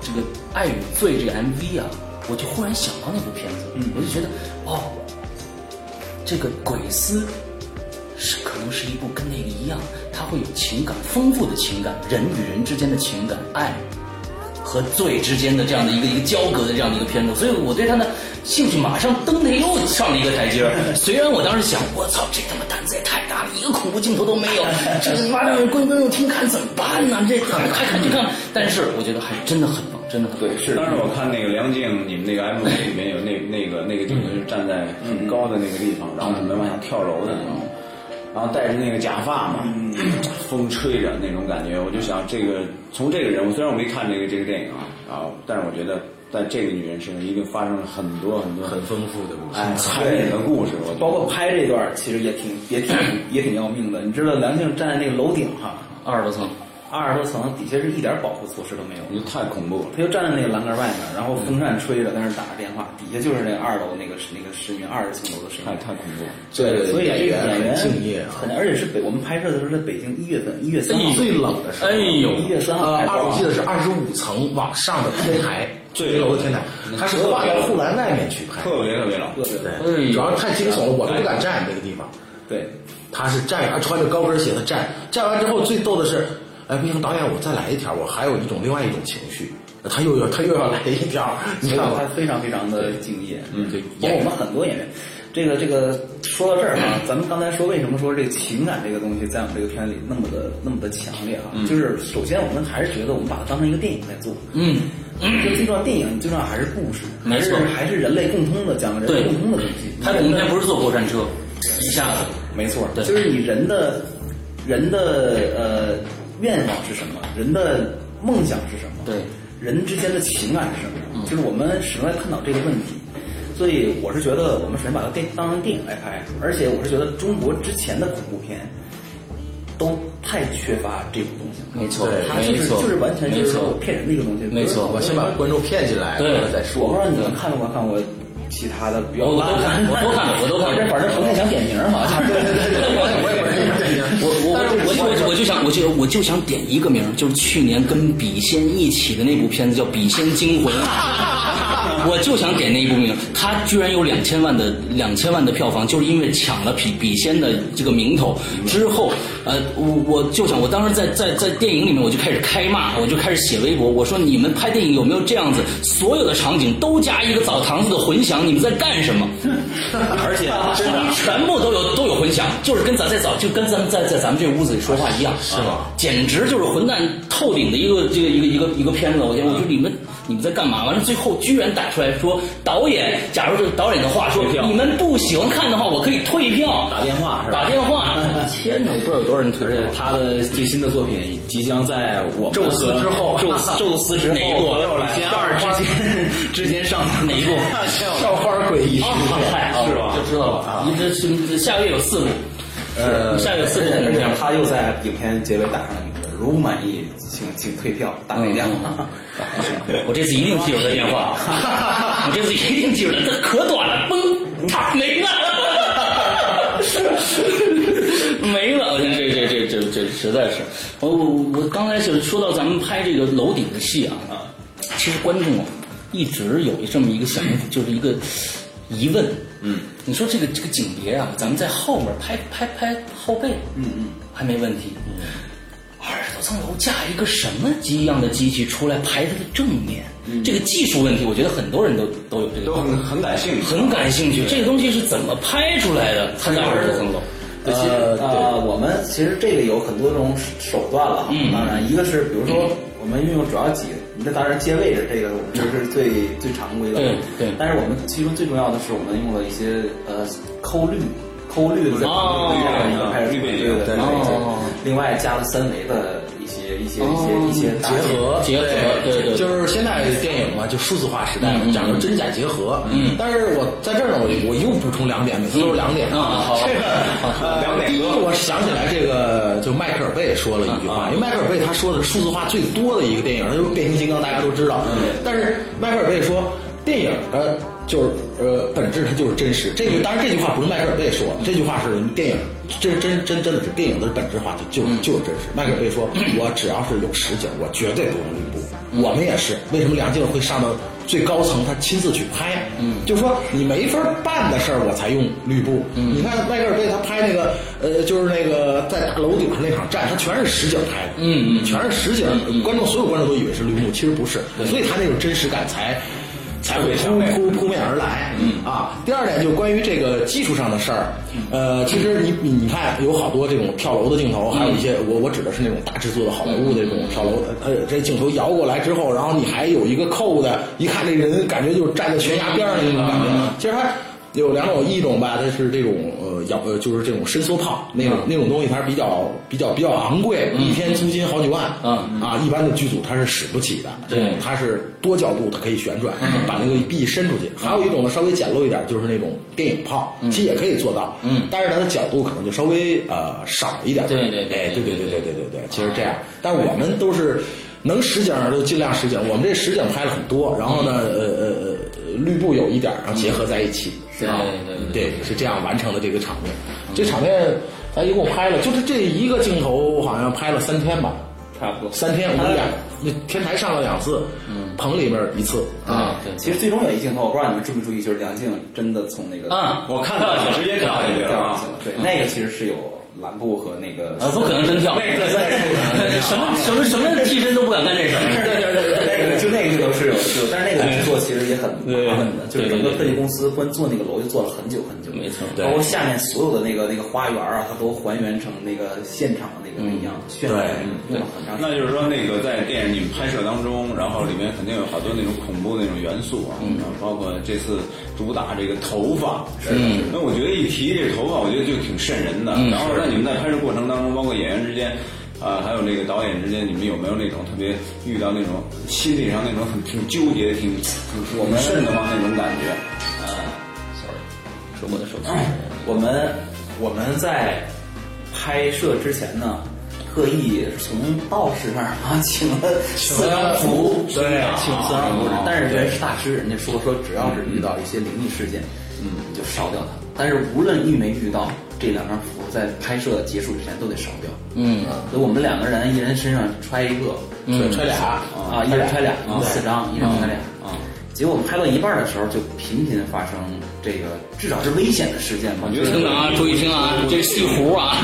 [SPEAKER 5] 这个《爱与罪》这个 MV 啊，我就忽然想到那部片子，
[SPEAKER 6] 嗯
[SPEAKER 5] 我就觉得哦，这个鬼丝是可能是一部跟那个一样，它会有情感丰富的情感，人与人之间的情感，爱和罪之间的这样的一个一个交隔的这样的一个片子，所以我对他的兴趣马上登的又上了一个台阶儿。 虽然我当时想，我操，这他妈胆子也太大了，一个恐怖镜头都没 有，这他妈让观观众听看怎么办呢？这还还看就看，但是我觉得还是真的很棒，真的很棒。
[SPEAKER 6] 对，是
[SPEAKER 7] 当时我看那个梁静，你们那个 MV 里面有那那个那个镜头，就是站在很高的那个地方，然后准备往下跳楼的那种，然后戴着那个假发嘛，风吹着那种感觉，我就想这个从这个人物，虽然我没看这个这个电影啊，然后但是我觉得在这个女人身上一定发生了很多很多
[SPEAKER 8] 很丰富的故事，
[SPEAKER 7] 哎残忍的故事，我觉得
[SPEAKER 6] 包括拍这段儿其实也挺也挺也挺要命的。你知道梁静站在那个楼顶哈，
[SPEAKER 5] 二十多层，
[SPEAKER 6] 二十多层底下是一点保护措施都没有，
[SPEAKER 7] 我觉得太恐怖了。
[SPEAKER 6] 他就站在那个栏杆外面，然后风扇吹着，在那儿打着电话，底下就是那个二楼那个那个市民，二十层楼的市民
[SPEAKER 7] 太。太恐怖了，
[SPEAKER 8] 这个
[SPEAKER 6] 所以
[SPEAKER 8] 演
[SPEAKER 6] 这个
[SPEAKER 8] 员
[SPEAKER 6] 演员
[SPEAKER 8] 很敬业啊，
[SPEAKER 6] 很而且是北我们拍摄的时候在北京一月份，一月三号
[SPEAKER 8] 最冷的时候
[SPEAKER 5] 哎呦，
[SPEAKER 6] 一月三号
[SPEAKER 8] 呃，
[SPEAKER 6] 拍啊
[SPEAKER 8] 二
[SPEAKER 6] 摄
[SPEAKER 8] 我记得是二十五层往上的天台，最楼的天台，
[SPEAKER 5] 嗯
[SPEAKER 8] 它是挂在护栏外面去拍，
[SPEAKER 7] 特别特别冷。
[SPEAKER 5] 哎
[SPEAKER 8] 对，主要是太惊悚了，我都不敢站这个地方。
[SPEAKER 6] 对，
[SPEAKER 8] 他是站，穿着高跟鞋的站，站完之后最逗的是，哎，不行，导演，我再来一条，我还有一种另外一种情绪，他又要他又要来一条，你
[SPEAKER 6] 所以
[SPEAKER 8] 知道
[SPEAKER 5] 嗯
[SPEAKER 6] 他
[SPEAKER 8] 吗？
[SPEAKER 6] 非常非常的敬业。嗯
[SPEAKER 8] 对
[SPEAKER 6] 包括我们很多演员，这个这个说到这儿啊，咱们刚才说为什么说这个情感这个东西在我们这个片里那么的那么的强烈啊？就是首先我们还是觉得我们把它当成一个电影在做。
[SPEAKER 5] 嗯，
[SPEAKER 6] 就最重要，电影最重要还是故事，
[SPEAKER 5] 没错
[SPEAKER 6] 还是还是人类共通的，讲人类
[SPEAKER 5] 对
[SPEAKER 6] 共通的东西。
[SPEAKER 5] 他我们那不是坐过山车，一下子，
[SPEAKER 6] 没错，
[SPEAKER 5] 对
[SPEAKER 6] 就是你人的人的呃愿望是什么，人的梦想是什么，
[SPEAKER 5] 对，嗯
[SPEAKER 6] 人之间的情感是什么，就是我们始终在探讨这个问题。所以我是觉得，我们首先把它电当成电影来拍，而且我是觉得中国之前的恐怖片都太缺乏这种东西了。
[SPEAKER 5] 没错
[SPEAKER 8] 对，
[SPEAKER 6] 它就
[SPEAKER 5] 没
[SPEAKER 6] 是
[SPEAKER 5] 错，
[SPEAKER 6] 就是完全就
[SPEAKER 5] 没
[SPEAKER 6] 是
[SPEAKER 5] 错，
[SPEAKER 6] 骗人的一个东西。
[SPEAKER 5] 没错
[SPEAKER 8] 我先把观众骗进来，
[SPEAKER 5] 对
[SPEAKER 8] 完了再
[SPEAKER 6] 我不知。
[SPEAKER 8] 说
[SPEAKER 6] 道你们看没看过其他的，比较
[SPEAKER 5] 我我都看我都看了我都看了
[SPEAKER 6] 这反正不太想点名嘛。啊对对对
[SPEAKER 8] 我也我也不是这样
[SPEAKER 5] 我我我我我就想我就我就想点一个名儿，就是去年跟笔仙一起的那部片子叫《笔仙惊魂》，我就想点那一部名儿，它居然有两千万的两千万的票房，就是因为抢了笔笔仙的这个名头之后，呃，我我就想我当时在在在电影里面我就开始开骂，我就开始写微博，我说你们拍电影有没有这样子，所有的场景都加一个澡堂子的混响，你们在干什么？
[SPEAKER 6] 而 且真的。
[SPEAKER 5] 啊全部都有都有混响，就是跟咱在早就跟咱们在在咱们这屋子里说话一样，是吗？简直就是混蛋透顶的一个这个一个一个一个片子，我觉得我觉得你们你们在干嘛？完了最后居然打出来说导演，假如这个导演的话说，你们不喜欢看的话，我可以退票，
[SPEAKER 6] 打电话是吧啊
[SPEAKER 5] 打电话，天哪，我不知道有多少人退
[SPEAKER 6] 而且
[SPEAKER 5] 票。
[SPEAKER 6] 他的最新的作品即将在我们
[SPEAKER 8] 宙斯之后
[SPEAKER 6] 宙斯 宙斯之后
[SPEAKER 5] 哪一部
[SPEAKER 6] 和《仙二》之 间之间上哪一部？
[SPEAKER 8] 校花诡
[SPEAKER 6] 哦
[SPEAKER 8] 异事件，
[SPEAKER 5] 嗨，是吧？就知道
[SPEAKER 6] 啊
[SPEAKER 5] 了，你这是下个月有四部，
[SPEAKER 6] 呃
[SPEAKER 5] 下个月四部
[SPEAKER 6] 而
[SPEAKER 5] 肯定
[SPEAKER 6] 且
[SPEAKER 5] 这样。
[SPEAKER 6] 他又在影片结尾打上了一个“如满意，请请退票”，打嗯那电话。
[SPEAKER 5] 嗯我这次 一定记住他电 话， 我这次一定记住他，这可短了，嘣，他 没了，没了，我这这这这这实在是，我我我刚才就是说到咱们拍这个楼顶的戏啊，其实观众啊一直有这么一个想，就是一个疑问，嗯，你说这个这个景别啊，咱们在后面拍拍拍后背，嗯嗯，还没问题，嗯。二十多层楼架一个什么机一样的机器出来排它的正面，这个技术问题，我觉得很多人都都有这
[SPEAKER 7] 都
[SPEAKER 5] 个，
[SPEAKER 7] 很很感兴趣，
[SPEAKER 5] 很感兴趣。这个东西是怎么拍出来的？它在二十多层楼，
[SPEAKER 6] 呃呃，我们其实这个有很多种手段了。
[SPEAKER 5] 嗯
[SPEAKER 6] 当然，一个是比如说我们运用主要几，那当然接位置这个我们这是最最常规的。
[SPEAKER 5] 对嗯对
[SPEAKER 6] 但是我们其中最重要的是我们用了一些呃抠绿。抠绿的这
[SPEAKER 5] 哦
[SPEAKER 6] 样一个拍摄手法，
[SPEAKER 7] 绿背
[SPEAKER 6] 对
[SPEAKER 7] 景
[SPEAKER 6] 对对
[SPEAKER 7] 对
[SPEAKER 6] 对
[SPEAKER 5] 哦
[SPEAKER 6] 另外加了三维的一些一些一些一些
[SPEAKER 8] 结
[SPEAKER 6] 搭建
[SPEAKER 8] 合
[SPEAKER 5] 呃结合对对对
[SPEAKER 8] 就是现在电影嘛，就数字化时代嘛，讲究真假结合。嗯，但是我在这儿呢，我我又补充两点，每次都 是两点
[SPEAKER 5] 啊好
[SPEAKER 8] 这个呃
[SPEAKER 7] 两点
[SPEAKER 8] 第一
[SPEAKER 7] 多，
[SPEAKER 8] 我想起来这个，就迈克尔贝说了一句话，因为迈克尔贝他说的是数字化最多的一个电影，就是变形金刚，大家都知道。但是迈克尔贝说，电影的就是呃本质它就是真实。这个当然这句话不是迈克尔贝说，这句话是电影。这真真真的是电影的本质化，它就就是真实。迈克尔贝说：“我只要是有实景，我绝对不用绿布。”我们也是。为什么梁静会上到最高层，他亲自去拍呀？嗯，就说你没法办的事儿，我才用绿布。嗯，你看迈克尔贝他拍那个呃，就是那个在楼顶上那场战，他全是实景拍的。嗯嗯，全是实景，观众所有观众都以为是绿幕，其实不是。所以他那种真实感才。才会扑扑扑面而来。嗯啊，第二点就关于这个技术上的事儿，呃，其实你你你看有好多这种跳楼的镜头，还有一些我我指的是那种大制作的好莱坞的这种跳楼，呃，这镜头摇过来之后，然后你还有一个扣的，一看这人感觉就是站在悬崖边上那种感觉，其实它。有两种，一种吧，它是这种呃摇呃，就是这种伸缩炮那种那种东西，它是比较比较比较昂贵，一天租金好几万，嗯啊，一般的剧组它是使不起的，对，它是多角度，它可以旋转，
[SPEAKER 5] 嗯
[SPEAKER 8] 把那个臂伸出去。还有一种呢，稍微简陋一点，就是那种电影炮，其实也可以做到，嗯，但是它的角度可能就稍微呃少一点，
[SPEAKER 5] 对对对
[SPEAKER 8] 哎，对对对对对对对，其实这样，但我们都是能实景儿就尽量实景儿，我们这实景拍了很多，然后呢，
[SPEAKER 5] 嗯
[SPEAKER 8] 呃呃呃。绿布有一点儿，然后结合在一起，
[SPEAKER 5] 对
[SPEAKER 8] 啊
[SPEAKER 5] 对对嗯
[SPEAKER 8] 对，是这样完成的这个场面。这场面咱一共拍了，就是这一个镜头，好像拍了三天吧，
[SPEAKER 6] 差不多
[SPEAKER 8] 三天我们两那天台上了两次，棚里面一次啊。
[SPEAKER 5] 对
[SPEAKER 6] 其实最终有一镜头，我不知道你们注没注意，就是梁静真的从那个
[SPEAKER 5] 啊
[SPEAKER 7] 我看到你直接跳进去了
[SPEAKER 6] 掉
[SPEAKER 7] 啊
[SPEAKER 6] 下！去了，对，那个其实是有蓝布和那个
[SPEAKER 8] 啊
[SPEAKER 5] 呃，不可能真跳，
[SPEAKER 6] 那个在
[SPEAKER 5] 什么什么什么替身都不敢干这 事儿。
[SPEAKER 6] 对对对，那个就那个镜头是有，就但是那个制作其实也很麻烦的，就是整个特技公司光做那个楼就做了很久很久，
[SPEAKER 5] 没错
[SPEAKER 6] 包括下面所有的那个那个花园啊，它都还原成那个现场的那个那样渲染，用了很长时间。
[SPEAKER 7] 那就是说，那个在电影里面拍摄当中，然后里面肯定有好多那种恐怖那种元素啊，然后包括这次主打这个头发，嗯，那我觉得一提这头发，我觉得就挺瘆人的。然后，那你们在拍摄过程当中，包括演员之间。啊，还有这个导演之间，你们有没有那种特别遇到那种心理上那种很挺纠结、挺挺我们瘆得慌那种感觉？
[SPEAKER 6] 说过的手机。 我们我们在拍摄之前呢，特意从道士那儿啊请了四张符，对，
[SPEAKER 8] 啊
[SPEAKER 6] 请四张符，但是人是大师，人家说说只要是遇到一些灵异事件，嗯，你就烧掉它。但是无论遇没遇到，这两张符在拍摄结束之前都得烧掉。
[SPEAKER 5] 嗯，
[SPEAKER 6] 所以我们两个人一人身上揣一个，
[SPEAKER 8] 揣揣俩
[SPEAKER 6] 嗯啊，一人揣俩，四张，一人揣俩啊。结果拍到一半的时候，就频频发生这个至少是危险的事件吧。我觉
[SPEAKER 5] 听着啊，注意听啊，这是戏胡啊，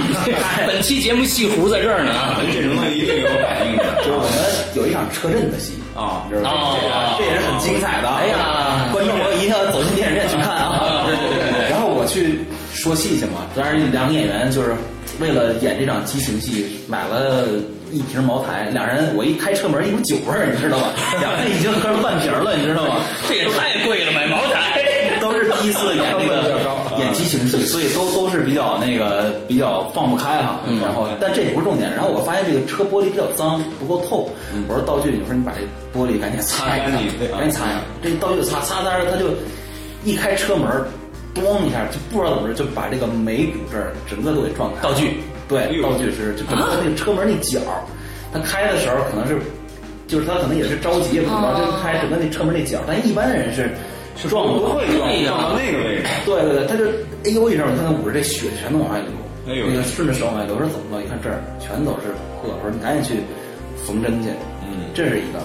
[SPEAKER 5] 本期节目戏胡在这儿呢啊。
[SPEAKER 7] 哎这种东西一定有反应的，
[SPEAKER 6] 就是我们有一场车震的戏
[SPEAKER 7] 啊
[SPEAKER 6] 就是这
[SPEAKER 5] 哦
[SPEAKER 6] 个这也是很精彩的啊。
[SPEAKER 5] 哎呀
[SPEAKER 6] 观众们一定要走进电影院去看啊！
[SPEAKER 5] 对对对对
[SPEAKER 6] 然后我去说戏去嘛，当然两个演员就是为了演这场激情戏，买了一瓶茅台，两人我一开车门一股酒味儿，你知道吗？两人已经喝了半瓶了，你知道吗？
[SPEAKER 5] 这也太贵了，买茅台。
[SPEAKER 6] 都是第一次演那个演激情戏，所以都都是比较那个比较放不开哈、
[SPEAKER 7] 嗯
[SPEAKER 6] 然后，但这不是重点。然后我发现这个车玻璃比较脏，不够透。我说道具，你说你把这玻璃赶紧擦一下
[SPEAKER 7] 嗯擦干净对，啊
[SPEAKER 6] 赶紧擦一下。这道具擦擦擦着，他就一开车门，咣一下就不知道怎么着就把这个眉骨这儿整个都给撞开。
[SPEAKER 5] 道具
[SPEAKER 7] 哎
[SPEAKER 6] 对，
[SPEAKER 7] 呦
[SPEAKER 6] 道具是就整个那个车门那角儿，他开的时候可能是。就是他可能也是着急，也不知道就开整个那车门那角儿，但一般的人是是撞
[SPEAKER 7] 不会撞啊
[SPEAKER 5] 对呀
[SPEAKER 7] 撞到那个位置。
[SPEAKER 6] 对对对，他就哎呦一声，你看捂着这血全都往外流，
[SPEAKER 7] 哎呦
[SPEAKER 6] 那个顺着手往外流，我说怎么了？一看这儿全都是破，我说你赶紧去缝针去。
[SPEAKER 7] 嗯
[SPEAKER 6] 这是一个。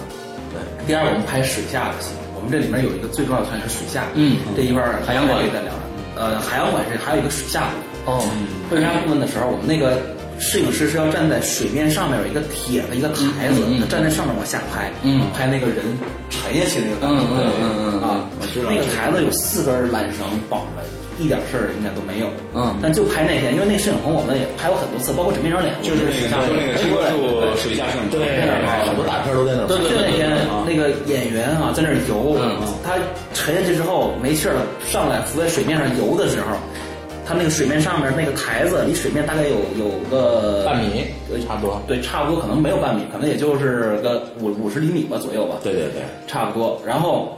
[SPEAKER 6] 对，第二我们拍水下的戏，我们这里面有一个最重要的全是水下。
[SPEAKER 5] 嗯
[SPEAKER 6] 这一半儿
[SPEAKER 5] 海洋馆
[SPEAKER 6] 可以再聊。呃，海洋馆是还有一个水下部分。
[SPEAKER 5] 哦
[SPEAKER 6] 会杀部分的时候，我们那个摄影师是要站在水面上面有一个铁的一个台子，他站在上面往下拍，
[SPEAKER 5] 嗯
[SPEAKER 6] 拍那个人沉下去那个感觉，
[SPEAKER 5] 嗯嗯嗯嗯嗯
[SPEAKER 6] 啊，我知道那个台子有四根缆绳绑着。一点事儿应该都没有，
[SPEAKER 5] 嗯
[SPEAKER 6] 但就拍那天，因为那摄影棚我们也拍过很多次，包括《枕边张脸》，
[SPEAKER 7] 就是哎那个
[SPEAKER 6] 我们
[SPEAKER 7] 说那
[SPEAKER 6] 也是
[SPEAKER 7] 个青
[SPEAKER 6] 上
[SPEAKER 7] 果
[SPEAKER 6] 面
[SPEAKER 7] 树水下摄影棚
[SPEAKER 8] 对好多大片都在那儿拍。
[SPEAKER 6] 对对那天那个演员啊，在那儿
[SPEAKER 8] 嗯
[SPEAKER 6] 游，他沉下去之后没气儿了，上来浮在水面上游的时候，他它那个水面上面那个台子离水面大概有有个
[SPEAKER 8] 半米差不多
[SPEAKER 6] 对，差不多可能没有半米，可能也就是个五五十厘米吧左右吧。
[SPEAKER 8] 对对对，
[SPEAKER 6] 差不多。然后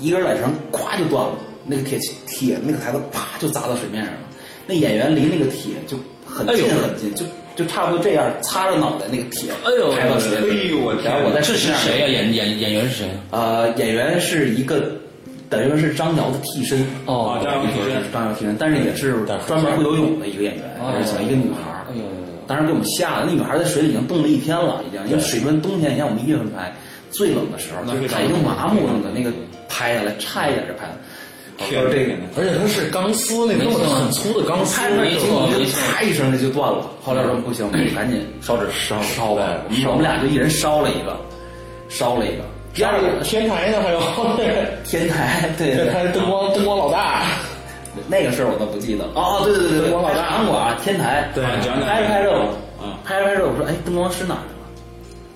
[SPEAKER 6] 一根缆绳咵就断了，那个铁铁那个台子啪就砸到水面上了。那演员离那个铁就很近
[SPEAKER 9] 哎呦
[SPEAKER 6] 很近，就就差不多这样擦着脑袋那个铁，
[SPEAKER 9] 哎呦
[SPEAKER 6] 拍到水里。
[SPEAKER 7] 哎呦我天
[SPEAKER 6] 然后我在
[SPEAKER 7] 这
[SPEAKER 6] 水面上
[SPEAKER 9] 谁呀、演演演员是谁？
[SPEAKER 6] 呃，演员是一个，等于说是张瑶的替身
[SPEAKER 9] 哦
[SPEAKER 7] 啊张瑶替身哦
[SPEAKER 6] 张瑶替身，但是也是专门会游泳的一个演员，而且一个女孩儿。
[SPEAKER 9] 哎呦
[SPEAKER 8] 嗯
[SPEAKER 6] 当时给我们吓的，那女孩在水里已经冻了一天了，已经，因为水温冬天，你看我们一月份拍最冷的时候，就是她已经麻木了的那个拍下来，差一点就拍了。我说这个，
[SPEAKER 8] 而且它是钢丝，那种很粗的钢丝，
[SPEAKER 6] 拍出来
[SPEAKER 9] 没
[SPEAKER 6] 之
[SPEAKER 9] 错
[SPEAKER 6] 后，
[SPEAKER 9] 没错
[SPEAKER 6] 啪一声它就断了。后来我说不行，我们赶紧烧纸烧嗯烧吧，我们我们俩就一人烧了一个，烧了一个。第二个
[SPEAKER 8] 天台呢，还有
[SPEAKER 6] 天台，对对
[SPEAKER 8] 这还
[SPEAKER 6] 对
[SPEAKER 8] 是，灯光灯光老大，
[SPEAKER 6] 那个事儿我都不记得。哦，对对对对，
[SPEAKER 8] 灯光老大
[SPEAKER 6] 安馆天台，
[SPEAKER 8] 对
[SPEAKER 6] 啊
[SPEAKER 7] 讲讲
[SPEAKER 6] 拍着拍着我
[SPEAKER 7] 嗯，
[SPEAKER 6] 拍着拍着我说，哎，灯光师哪儿去了？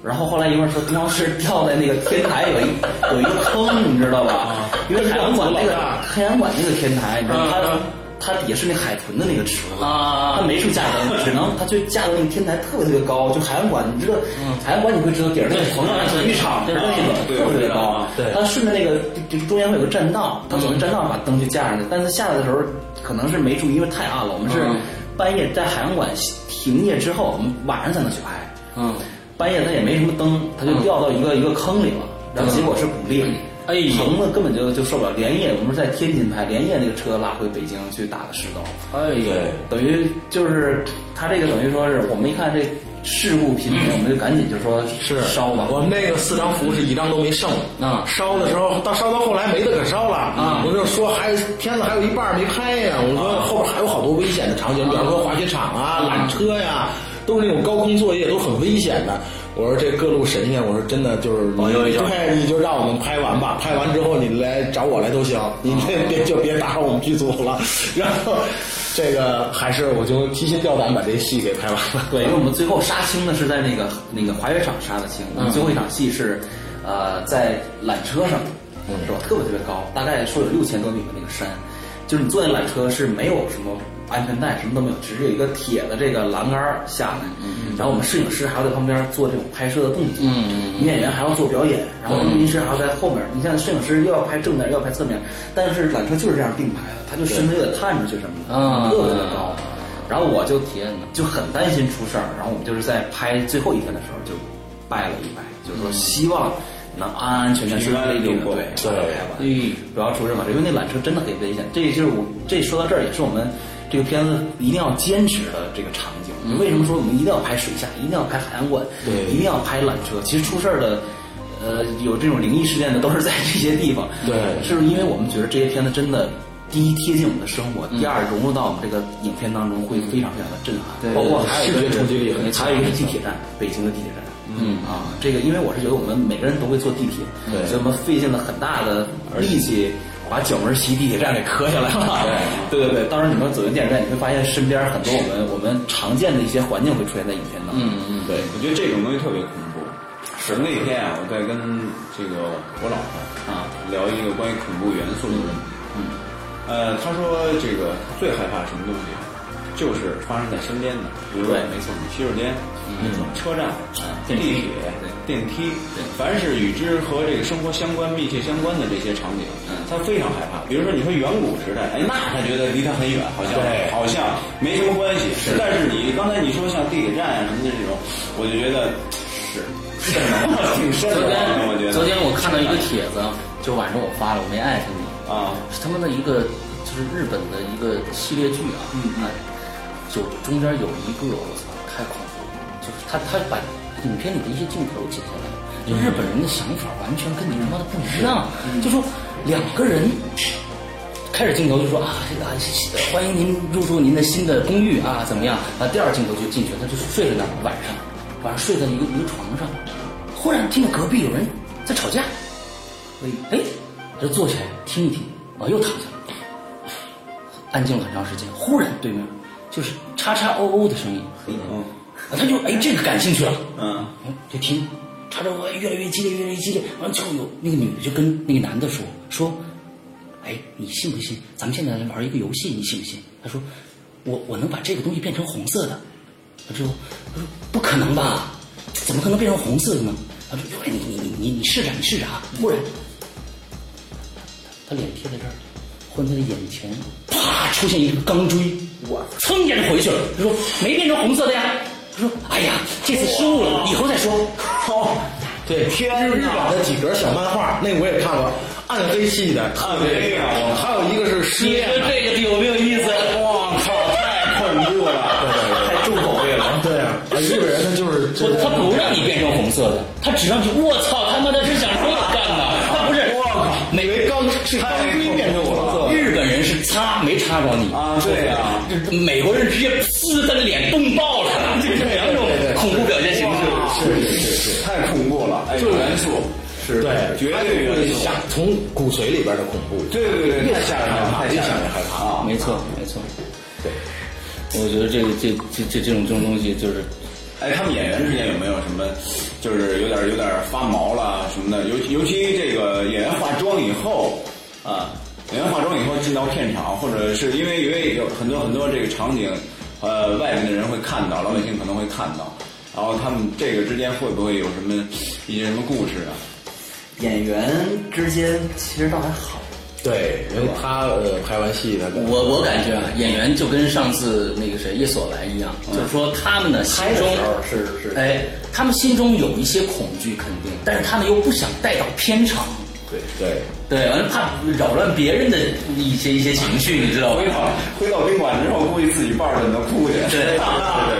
[SPEAKER 6] 然后后来一会儿说灯光师掉在那个天台有一有一个坑，你知道吧？因为海洋馆啊那个嗯海洋馆那个天台，你知道它它也是那海豚的那个池子，
[SPEAKER 9] 啊
[SPEAKER 6] 它没处架灯，只能它就架到那个天台特别特别高，就海洋馆，你知道海洋馆你会知道顶儿那个棚啊，体育场
[SPEAKER 7] 对
[SPEAKER 6] 那种
[SPEAKER 7] 对
[SPEAKER 6] 特别特别
[SPEAKER 7] 我知道
[SPEAKER 6] 高
[SPEAKER 7] 啊。
[SPEAKER 8] 对
[SPEAKER 6] 它顺着那个就就中间会有个栈道，它走那栈道把灯去架上去，但是下来的时候可能是没注意，因为太暗了。我们是半夜在海洋馆停业之后，我们晚上才能去拍。
[SPEAKER 9] 嗯，
[SPEAKER 6] 半夜它也没什么灯，它就掉到一个、一个坑里了，然后结果是骨裂。
[SPEAKER 9] 哎呦
[SPEAKER 6] 疼的根本就就受不了，连夜我们是在天津拍，连夜那个车拉回北京去打的石膏，
[SPEAKER 9] 哎呦，
[SPEAKER 6] 等于就是他这个等于说是我们一看这事故频频，我们就赶紧就说
[SPEAKER 8] 是
[SPEAKER 6] 烧吧，
[SPEAKER 8] 我们那个四张符是一张都没剩，
[SPEAKER 9] 啊
[SPEAKER 8] 烧的时候到烧到后来没得可烧了，啊我就说还有片子还有一半没拍呀，我说
[SPEAKER 6] 啊
[SPEAKER 8] 后边还有好多危险的场景，比方说滑雪场啊、缆车呀，都是那种高空作业，都很危险的。我说这各路神仙，我说真的就是你，对，你就让我们拍完吧，拍完之后你来找我来都行，
[SPEAKER 6] 啊
[SPEAKER 8] 你这别就别打扰我们剧组了。 然后这个还是我就提心吊胆把这戏给拍完了。
[SPEAKER 6] 对，因为我们最后杀青呢是在那个那个滑雪场杀的青，我们最后一场戏是，呃，在缆车上，是吧？特别特别高，大概说有六千多米的那个山，就是你坐那缆车是没有什么安全带，什么都没有，只是有一个铁的这个栏杆儿下来，然后我们摄影师还要在旁边做这种拍摄的动作，女演员还要做表演，然后录音师还要在后面，你像摄影师又要拍正面又要拍侧面，但是缆车就是这样并排的，它就身子有点探出去什么的，
[SPEAKER 9] 啊
[SPEAKER 6] 特别特别高。然后我就天呐，就很担心出事儿。然后我们就是在拍最后一天的时候就拜了一拜，就是说希望能安安全全顺利地
[SPEAKER 7] 平安地度过
[SPEAKER 6] 对
[SPEAKER 8] 对嗯
[SPEAKER 6] 对，不要出任何事，因为那缆车真的很危险。这就是我这说到这儿也是我们这个片子一定要坚持的这个场景。为什么说我们一定要拍水下，一定要拍海洋馆，
[SPEAKER 8] 对
[SPEAKER 6] 一定要拍缆车？其实出事儿的。呃，有这种灵异事件的都是在这些地方，
[SPEAKER 8] 对
[SPEAKER 6] 是不是因为我们觉得这些片子真的，第一贴近我们的生活，
[SPEAKER 8] 嗯
[SPEAKER 6] 第二融入到我们这个影片当中会非常非常的震撼，包括还有一个
[SPEAKER 8] 视觉冲击力很
[SPEAKER 6] 还有一个是地铁站，北京的地铁站。嗯啊，这个因为我是觉得我们每个人都会坐地铁，
[SPEAKER 8] 对
[SPEAKER 6] 所以我们费尽了很大的力气把角门西地铁站给磕下来 了。对对对，当然你们走进地铁站，你会发现身边很多我们我们常见的一些环境会出现在影片当中。嗯嗯，对，
[SPEAKER 7] 我觉得这种东西特别恐怖。是那天啊，我在跟这个我老婆
[SPEAKER 6] 啊
[SPEAKER 7] 聊一个关于恐怖元素的问题。嗯，呃，她说这个最害怕什么东西，啊就是发生在身边的，比如说
[SPEAKER 6] 对没错
[SPEAKER 7] 洗手间、嗯、车站、
[SPEAKER 6] 电
[SPEAKER 7] 地
[SPEAKER 6] 梯
[SPEAKER 7] 铁、电梯，凡是与之和这个生活相关、密切相关的这些场景，她非常害怕。比如说你说远古时代，哎，那她觉得离她很远，好像
[SPEAKER 8] 对
[SPEAKER 7] 好像没什么关系。是但是你刚才你说像地铁站啊什么的这种，我就觉得是。是吗挺深
[SPEAKER 5] 昨
[SPEAKER 7] 的，
[SPEAKER 5] 天
[SPEAKER 7] 我觉得。
[SPEAKER 5] 昨天我看到一个帖子，就晚上我发了，我没艾特你，
[SPEAKER 7] 啊，
[SPEAKER 5] 是他们的一个就是日本的一个系列剧啊，嗯，有中间有一个我操太恐怖了，就是他他把影片里的一些镜头剪下来，就日本人的想法完全跟你他妈的不一样，嗯就说两个人。开始镜头就说啊，这个啊欢迎您入住您的新的公寓啊，怎么样？啊，第二镜头就进去，他就睡在那儿，晚上，晚上睡在一个一个床上，忽然听见隔壁有人在吵架，哎，他就坐起来听一听，啊，又躺下了，安静了很长时间。忽然对面就是叉叉哦哦的声音，
[SPEAKER 7] 嗯
[SPEAKER 5] 啊他就哎这个感兴趣了，
[SPEAKER 7] 嗯，
[SPEAKER 5] 哎就听，叉叉哦越来越激烈，越来越激烈。完之后有那个女的就跟那个男的说说，哎，你信不信？咱们现在来玩一个游戏，你信不信？他说
[SPEAKER 2] 我我能把这个东西变成红色的。他说，他说不可能吧？怎么可能变成红色的呢？他说，哎，你你你你你试试啊，你试试啊！忽然，他脸贴在这儿，忽然他的眼前啪出现一个钢锥，我噌一下就回去了。他说没变成红色的呀。他说，哎呀，这次失误了，以后再说。
[SPEAKER 8] 对，天日版的几格小漫画，那我也看过，暗黑系的，特别
[SPEAKER 7] 暗黑啊
[SPEAKER 8] 还有一个是失恋的，
[SPEAKER 2] 这个有没有意思？
[SPEAKER 7] 我靠，太恐怖了，太重口味了。
[SPEAKER 8] 对啊，日本人他就是
[SPEAKER 2] 我他不让你变成红色的，他只让你我操他妈的是想这么干的，他不是
[SPEAKER 7] 我靠，
[SPEAKER 2] 每
[SPEAKER 8] 以为刚是钢盔变成我了，
[SPEAKER 2] 日本人是擦没擦着你
[SPEAKER 7] 啊，对呀、啊，
[SPEAKER 2] 这美国人直接呲他的脸崩爆了，这是两种恐怖表现形式。
[SPEAKER 7] 是是是，太恐怖了，哎，元素是
[SPEAKER 8] 对，
[SPEAKER 7] 绝对元素，
[SPEAKER 8] 从骨髓里边的恐怖，
[SPEAKER 7] 对对对，太吓人了，太
[SPEAKER 8] 一
[SPEAKER 7] 吓
[SPEAKER 8] 想
[SPEAKER 7] 人
[SPEAKER 8] 就
[SPEAKER 7] 了
[SPEAKER 8] 害怕。
[SPEAKER 7] 啊！
[SPEAKER 2] 没错，没错。对， 我觉得这个这这这这种这种东西就是
[SPEAKER 7] 哎，他们演员之间有没有什么，就是有点有点发毛了什么的？尤其尤其这个演员化妆以后啊，演员化妆以后进到片场，或者是因为因为有很多很多这个场景，呃，外面的人会看到，老百姓可能会看到，然后他们这个之间会不会有什么一些什么故事啊？
[SPEAKER 6] 演员之间其实倒还好，
[SPEAKER 8] 对，因为他呃拍完戏他
[SPEAKER 2] 我我感觉啊，演员就跟上次那个谁叶索来一样，就是说他们呢心中是是哎，他们心中有一些恐惧肯定，但是他们又不想带到片场，
[SPEAKER 8] 对对，
[SPEAKER 2] 对，完了怕扰乱别人的一些一些情绪，你知道吧
[SPEAKER 7] 回？到回到宾馆之后，估计自己抱着枕头哭去。
[SPEAKER 2] 对，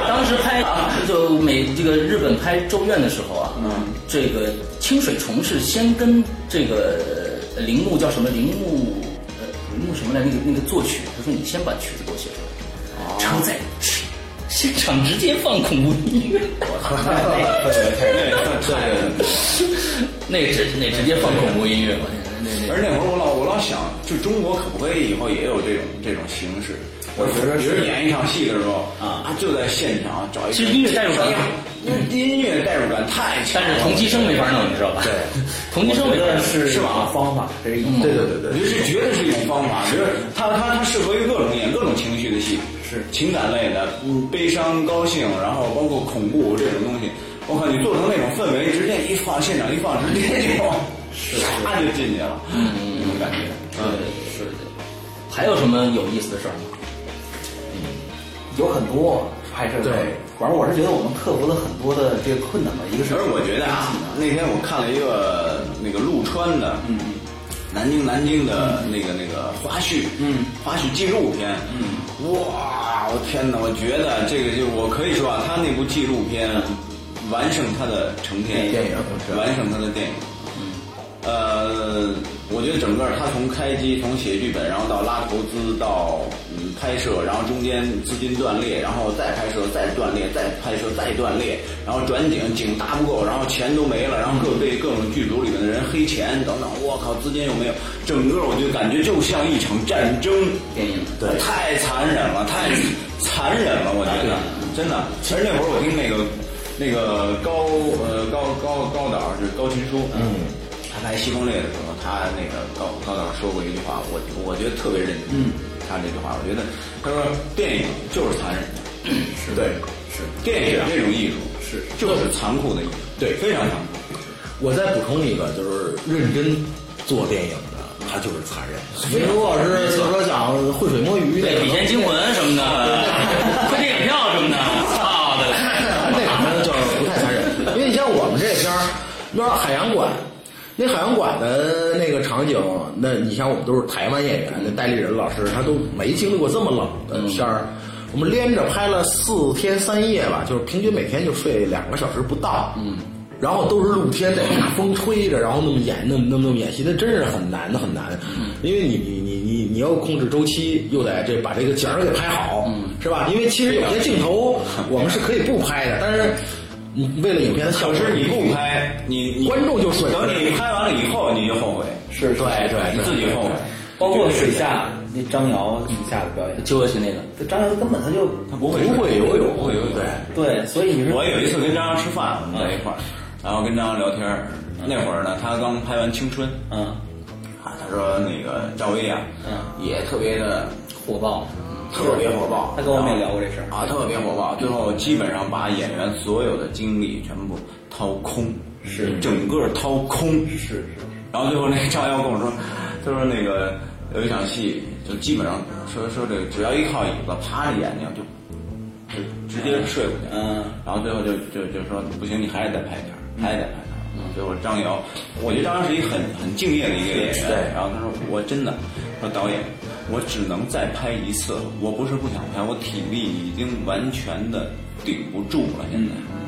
[SPEAKER 2] 当时拍就美这个日本拍《咒怨》的时候啊，嗯，这个清水崇是先跟这个呃铃木叫什么铃木呃铃木什么来那个那个作曲，他说你先把曲子给我写出来，然后再现场直接放恐怖音 乐，
[SPEAKER 7] 对，
[SPEAKER 2] 那直那直接放恐怖音乐，我那那
[SPEAKER 7] 而那会儿我老我老想，就中国可不可以以后也有这种这种形式？我
[SPEAKER 8] 觉得
[SPEAKER 7] 比
[SPEAKER 8] 是
[SPEAKER 7] 如演一场戏的时候啊，就在现场找一个，
[SPEAKER 2] 其实音乐代入感
[SPEAKER 7] 音音乐代入感太强
[SPEAKER 2] 但
[SPEAKER 7] 了。
[SPEAKER 2] 是同期声没法弄，你知道吧？对，同期声没法弄，
[SPEAKER 7] 是吧？
[SPEAKER 6] 方法这是一
[SPEAKER 8] 对对对对
[SPEAKER 7] 我觉得这绝对是一种方法，就是它它它适合于各种演各种情绪的戏，
[SPEAKER 6] 是
[SPEAKER 7] 情感类的，嗯，悲伤、高兴，然后包括恐怖这种东西。我靠，你做成那种氛围，直接一放现场一放，直接就唰就进去了，嗯，那种感觉。
[SPEAKER 2] 是的。还有什么有意思的事儿吗？
[SPEAKER 6] 有很多拍摄的
[SPEAKER 8] 对，
[SPEAKER 6] 反正我是觉得我们克服了很多的这个困难吧。一个
[SPEAKER 7] 其
[SPEAKER 6] 是
[SPEAKER 7] 实我觉得啊，那天我看了一个那个陆川的，嗯嗯，南京南京的那个那个花絮，嗯，花絮纪录片，嗯，哇，我天哪，我觉得这个就我可以说啊，他那部纪录片完胜他的成片
[SPEAKER 8] 电影是
[SPEAKER 7] 完胜他的电影。呃，我觉得整个他从开机，从写剧本，然后到拉投资，到嗯拍摄，然后中间资金断裂，然后再拍摄，再断裂，再拍摄，再断裂，然后转景，景搭不够，然后钱都没了，然后各被各种剧组里面的人黑钱等等，我靠，资金又没有，整个我就感觉就像一场战争
[SPEAKER 2] 电影
[SPEAKER 7] 对，太残忍了，太残忍了，我觉得真的。其实那会儿我听那个那个高呃高高高导就是高群书，嗯，他拍《西风烈》的时候，他那个高高导说过一句话，我我觉得特别认真。嗯，他这句话，我觉得他说电影就是残忍的，是对，是电
[SPEAKER 6] 啊
[SPEAKER 7] 影这种艺术是就是残酷的艺术，
[SPEAKER 8] 对
[SPEAKER 7] 非常残酷。
[SPEAKER 8] 我再补充一个，就是认真做电影的，他就是残忍的。你如果是就是说想浑水摸鱼
[SPEAKER 2] 对，
[SPEAKER 8] 那
[SPEAKER 2] 《笔
[SPEAKER 8] 种
[SPEAKER 2] 仙惊魂》什么的，快电影票什么的，操
[SPEAKER 8] 那
[SPEAKER 2] 的！
[SPEAKER 8] 可能就是不太残忍， 因为你像我们这边儿，那海洋馆，那海洋馆的那个场景，那你像我们都是台湾演员，那戴立仁老师他都没经历过这么冷的天儿。我们连着拍了四天三夜吧，就是平均每天就睡两个小时不到。嗯，然后都是露天的，大风吹着，然后那么演，那么那么那么演戏，那真是很难的，很难。因为你你你你你要控制周期，又得这把这个景儿给拍好，是吧？因为其实有些镜头我们是可以不拍的，但是你为了影片的效
[SPEAKER 7] 可
[SPEAKER 8] 果，
[SPEAKER 7] 是你不拍，你你
[SPEAKER 8] 观众就损失
[SPEAKER 7] 等你拍完了以后，你就后悔，
[SPEAKER 6] 是啊
[SPEAKER 8] 对对
[SPEAKER 7] 你自己后悔。
[SPEAKER 6] 包括水下那张瑶水下的表演，
[SPEAKER 2] 就过去那个，
[SPEAKER 6] 就张瑶根本他就
[SPEAKER 7] 他不会
[SPEAKER 8] 不会游泳
[SPEAKER 7] 不会游泳，
[SPEAKER 8] 对。
[SPEAKER 6] 对，所以你说
[SPEAKER 7] 我有一次跟张扬吃饭，我们在一块儿，
[SPEAKER 6] 嗯
[SPEAKER 7] 然后跟张扬聊天儿。那会儿呢，他刚拍完《青春》，
[SPEAKER 6] 嗯
[SPEAKER 7] 啊，他说那个赵薇啊，
[SPEAKER 6] 嗯
[SPEAKER 7] 也特别的
[SPEAKER 6] 火爆，
[SPEAKER 8] 特别火爆。
[SPEAKER 6] 他跟我们也聊过这事儿。
[SPEAKER 7] 啊，特别火爆。最后基本上把演员所有的精力全部掏空，是整个掏空，嗯是是。然后最后那个张瑶跟我说，他说那个有一场戏，就基本上说说这个只要一靠椅子趴着演睛就就直接睡过去，
[SPEAKER 6] 嗯，
[SPEAKER 7] 然后最后就就就说不行，你还是得拍片儿，还是得拍片儿。嗯，最后张瑶，我觉得张瑶是一个很很敬业的一个演员。对，然后他说我真的说导演，我只能再拍一次，我不是不想拍，我体力已经完全的顶不住了，现在。
[SPEAKER 6] 嗯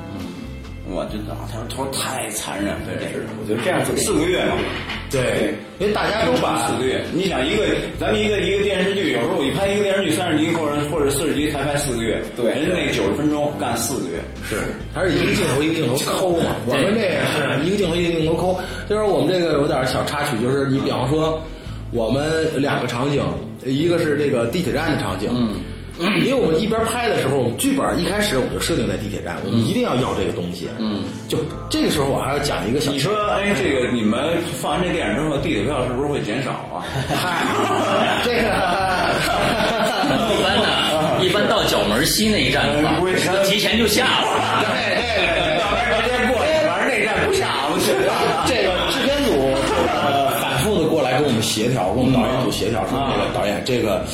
[SPEAKER 7] 我真的，啊他说他说太残忍了，这是
[SPEAKER 6] 我觉得这样就
[SPEAKER 7] 四个月嘛，
[SPEAKER 8] 对，因为大家都把
[SPEAKER 7] 四个月。你想一个，咱们一个一个电视剧，有时候我一拍一个电视剧三十集或者或者四十集才拍四个月，
[SPEAKER 6] 对
[SPEAKER 7] 人家那九十分钟干四个月，是
[SPEAKER 8] 还是一个镜头一个镜头抠嘛。我们这个是一个镜头一个镜头抠，就是我们这个有点小插曲，就是你比方说，我们两个场景，一个是这个地铁站的场景，嗯，因为我们一边拍的时候，我们剧本一开始我们就设定在地铁站，我们一定要要这个东西，嗯，就这个时候我还要讲一个小，
[SPEAKER 7] 你说，哎，这个你们放完这电影之后，地铁票是不是会减少啊？
[SPEAKER 8] 嗨，这个。
[SPEAKER 5] 一般呢，一般到角门西那一站的话，都提前就下了。
[SPEAKER 8] 对
[SPEAKER 7] 哎
[SPEAKER 8] 对对
[SPEAKER 7] 要不然直接过
[SPEAKER 8] 哎
[SPEAKER 7] 去，反正那站不下，我去。
[SPEAKER 8] 这个制片组呃反复的过来跟我们协调，跟我们导演组协调说，
[SPEAKER 7] 啊
[SPEAKER 8] 这个导演这个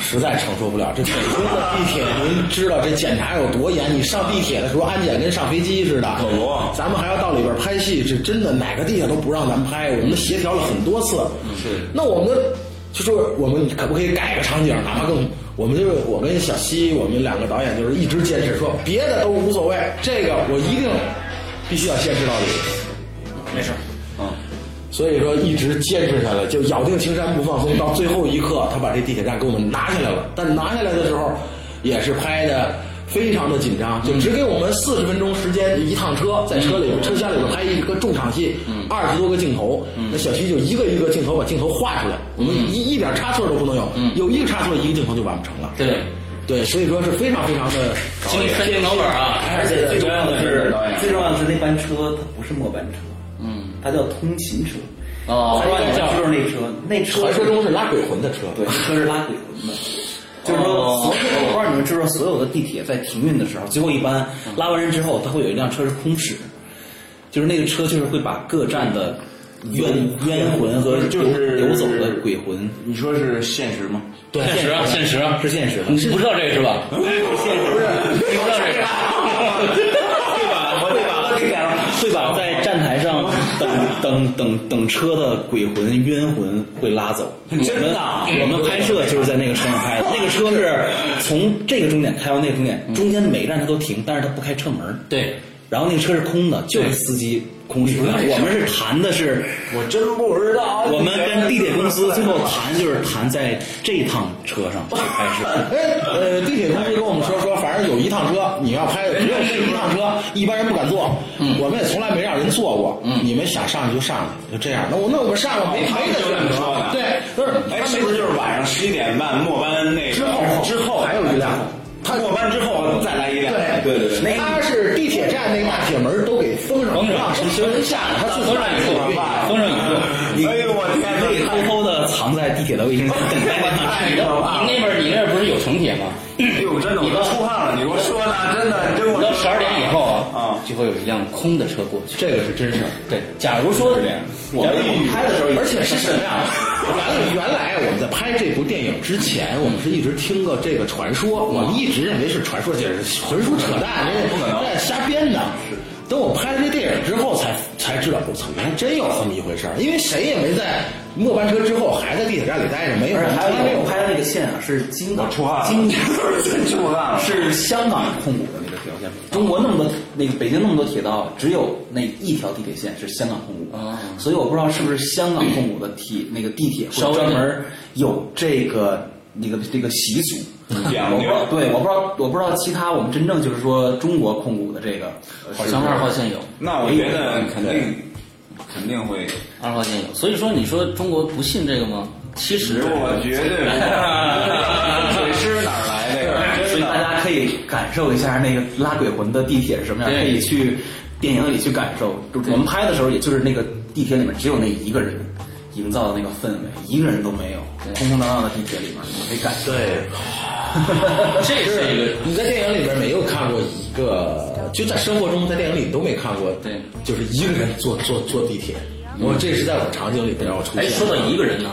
[SPEAKER 8] 实在承受不了，这北京的地铁您知道这检查有多严，你上地铁的时候安检跟上飞机似的，
[SPEAKER 7] 可不
[SPEAKER 8] 咱们还要到里边拍戏，这真的哪个地方都不让咱拍，我们协调了很多次，
[SPEAKER 7] 嗯
[SPEAKER 8] 是，那我们。就说我们可不可以改个场景，哪怕更？我们就是我跟小西，我们两个导演就是一直坚持说，别的都无所谓，这个我一定必须要坚持到底。所以说一直坚持下来，就咬定青山不放松，到最后一刻，他把这地铁站给我们拿下来了。但拿下来的时候，也是拍的非常的紧张，就只给我们四十分钟时间，一趟车在车里车厢里边拍一个重场戏，
[SPEAKER 6] 嗯
[SPEAKER 8] 二十多个镜头，那小徐就一个一个镜头把镜头画出来，
[SPEAKER 6] 嗯
[SPEAKER 8] 我们一一点差错都不能有，有一个差错一个镜头就完不成了。
[SPEAKER 5] 对，
[SPEAKER 8] 对，所以说是非常非常的
[SPEAKER 5] 经费成本啊，
[SPEAKER 6] 而且最重要的是，最重要的是那班车它不是末班车，嗯，它叫通勤车。
[SPEAKER 5] 哦
[SPEAKER 6] 它叫就是那车，那车
[SPEAKER 8] 传说中是拉鬼魂的车。
[SPEAKER 6] 对，车是拉鬼魂的。就是说，所有我不知道你们知不知道，所有的地铁在停运的时候，最后一班拉完人之后，它会有一辆车是空驶，就是那个车就是会把各站的冤冤魂和
[SPEAKER 7] 就是
[SPEAKER 6] 游走的鬼魂，
[SPEAKER 7] 你说是现实吗？
[SPEAKER 8] 对
[SPEAKER 5] 现实啊，现实啊，
[SPEAKER 6] 是现实的。
[SPEAKER 5] 你不知道这个是 吧？不
[SPEAKER 6] 现实是
[SPEAKER 5] 知道这个。
[SPEAKER 6] 会把会把会把在站台上等等等等车的鬼魂冤魂会拉走。真的，我们拍摄就是在那个车上拍的。那个车是从这个终点开到那个终点，中间每站它都停，但是它不开车门。
[SPEAKER 5] 对，
[SPEAKER 6] 然后那个车是空的，就是司机空驶的。我们是谈的是，我真不知道。我们跟地铁公司最后谈就是谈在这趟车上去拍摄。
[SPEAKER 8] 哎，呃，地铁公司跟我们说说，反正有一趟车你要拍，只有这一趟车，一般人不敢坐。嗯，我们也从来没让人坐过。嗯，你们想上去就上去，就这样。那我那我们上了没没得选择。对，不是，
[SPEAKER 7] 哎，是不是就是晚上十一点半末班那个
[SPEAKER 8] 之后
[SPEAKER 7] 之后
[SPEAKER 8] 还有一辆？
[SPEAKER 7] 他末班之后再来一辆？对对对，那
[SPEAKER 8] 他是地铁站那个大铁门都给封上，
[SPEAKER 5] 封上
[SPEAKER 8] 让人下来，他自己
[SPEAKER 5] 封上以后，封上以后，
[SPEAKER 7] 哎呦我天
[SPEAKER 6] 可以
[SPEAKER 7] 哪！
[SPEAKER 6] 偷偷的藏在地铁的卫生间，等待那趟
[SPEAKER 5] 你
[SPEAKER 6] 车。
[SPEAKER 5] 那边儿你那边儿不是有城铁吗？
[SPEAKER 7] 哎呦，真的我都出汗了，你给我说呢，真的，你真给我
[SPEAKER 5] 到十二点以后啊，
[SPEAKER 7] 啊，
[SPEAKER 5] 就会有一辆空的车过去。
[SPEAKER 8] 这个是真事儿。
[SPEAKER 5] 对，假如说我们
[SPEAKER 8] 拍的时候，而且是什么呀？ 原原来我们在拍这部电影之前，我们是一直听过这个传说，我们一直认为是传说，就是纯属扯淡，这这瞎编的。等我拍了这电影之后才，才知道，我操，原来真有这么一回事儿。因为谁也没在末班车之后还在地铁站里待着，没有
[SPEAKER 6] 而
[SPEAKER 8] 人
[SPEAKER 6] 且还
[SPEAKER 8] 从来没
[SPEAKER 6] 有
[SPEAKER 8] 有
[SPEAKER 6] 我拍的那个线啊，是金港，
[SPEAKER 7] 出汗了
[SPEAKER 6] 金
[SPEAKER 7] 真出汗了
[SPEAKER 6] 是香港控股的那个条线。中国那么多那个北京那么多铁道，只有那一条地铁线是香港控股，
[SPEAKER 5] 哦
[SPEAKER 6] 所以我不知道是不是香港控股的铁那个地铁
[SPEAKER 5] 稍
[SPEAKER 6] 会
[SPEAKER 5] 微
[SPEAKER 6] 专门有这个那个这个习俗。
[SPEAKER 7] 讲究
[SPEAKER 6] 我不知道对，我不知道，我不知道其他我们真正就是说中国控股的这个，
[SPEAKER 5] 好像二号线有，
[SPEAKER 7] 那我觉得肯定肯定会，
[SPEAKER 5] 二号线有。所以说，你说中国不信这个吗？其实
[SPEAKER 7] 嗯我绝对不会水师哪儿来的呀？
[SPEAKER 6] 所
[SPEAKER 7] 真
[SPEAKER 6] 以
[SPEAKER 7] 的
[SPEAKER 6] 大。家可以感受一下那个拉鬼魂的地铁是什么样，
[SPEAKER 5] 对
[SPEAKER 6] 可以去电影里去感受。就是我们拍的时候，也就是那个地铁里面只有那一个人， 营造的那个氛围，一个人都没有，空空荡荡的地铁里面，你可以感受。
[SPEAKER 8] 对，
[SPEAKER 5] 这也是一个
[SPEAKER 8] 你在电影里边没有看过一个，就在生活中，在电影里都没看过，
[SPEAKER 10] 对，
[SPEAKER 8] 就是一个人坐坐坐地铁，我这是在我场景里边要出
[SPEAKER 10] 哎，
[SPEAKER 8] 现。
[SPEAKER 10] 说到一个人呢，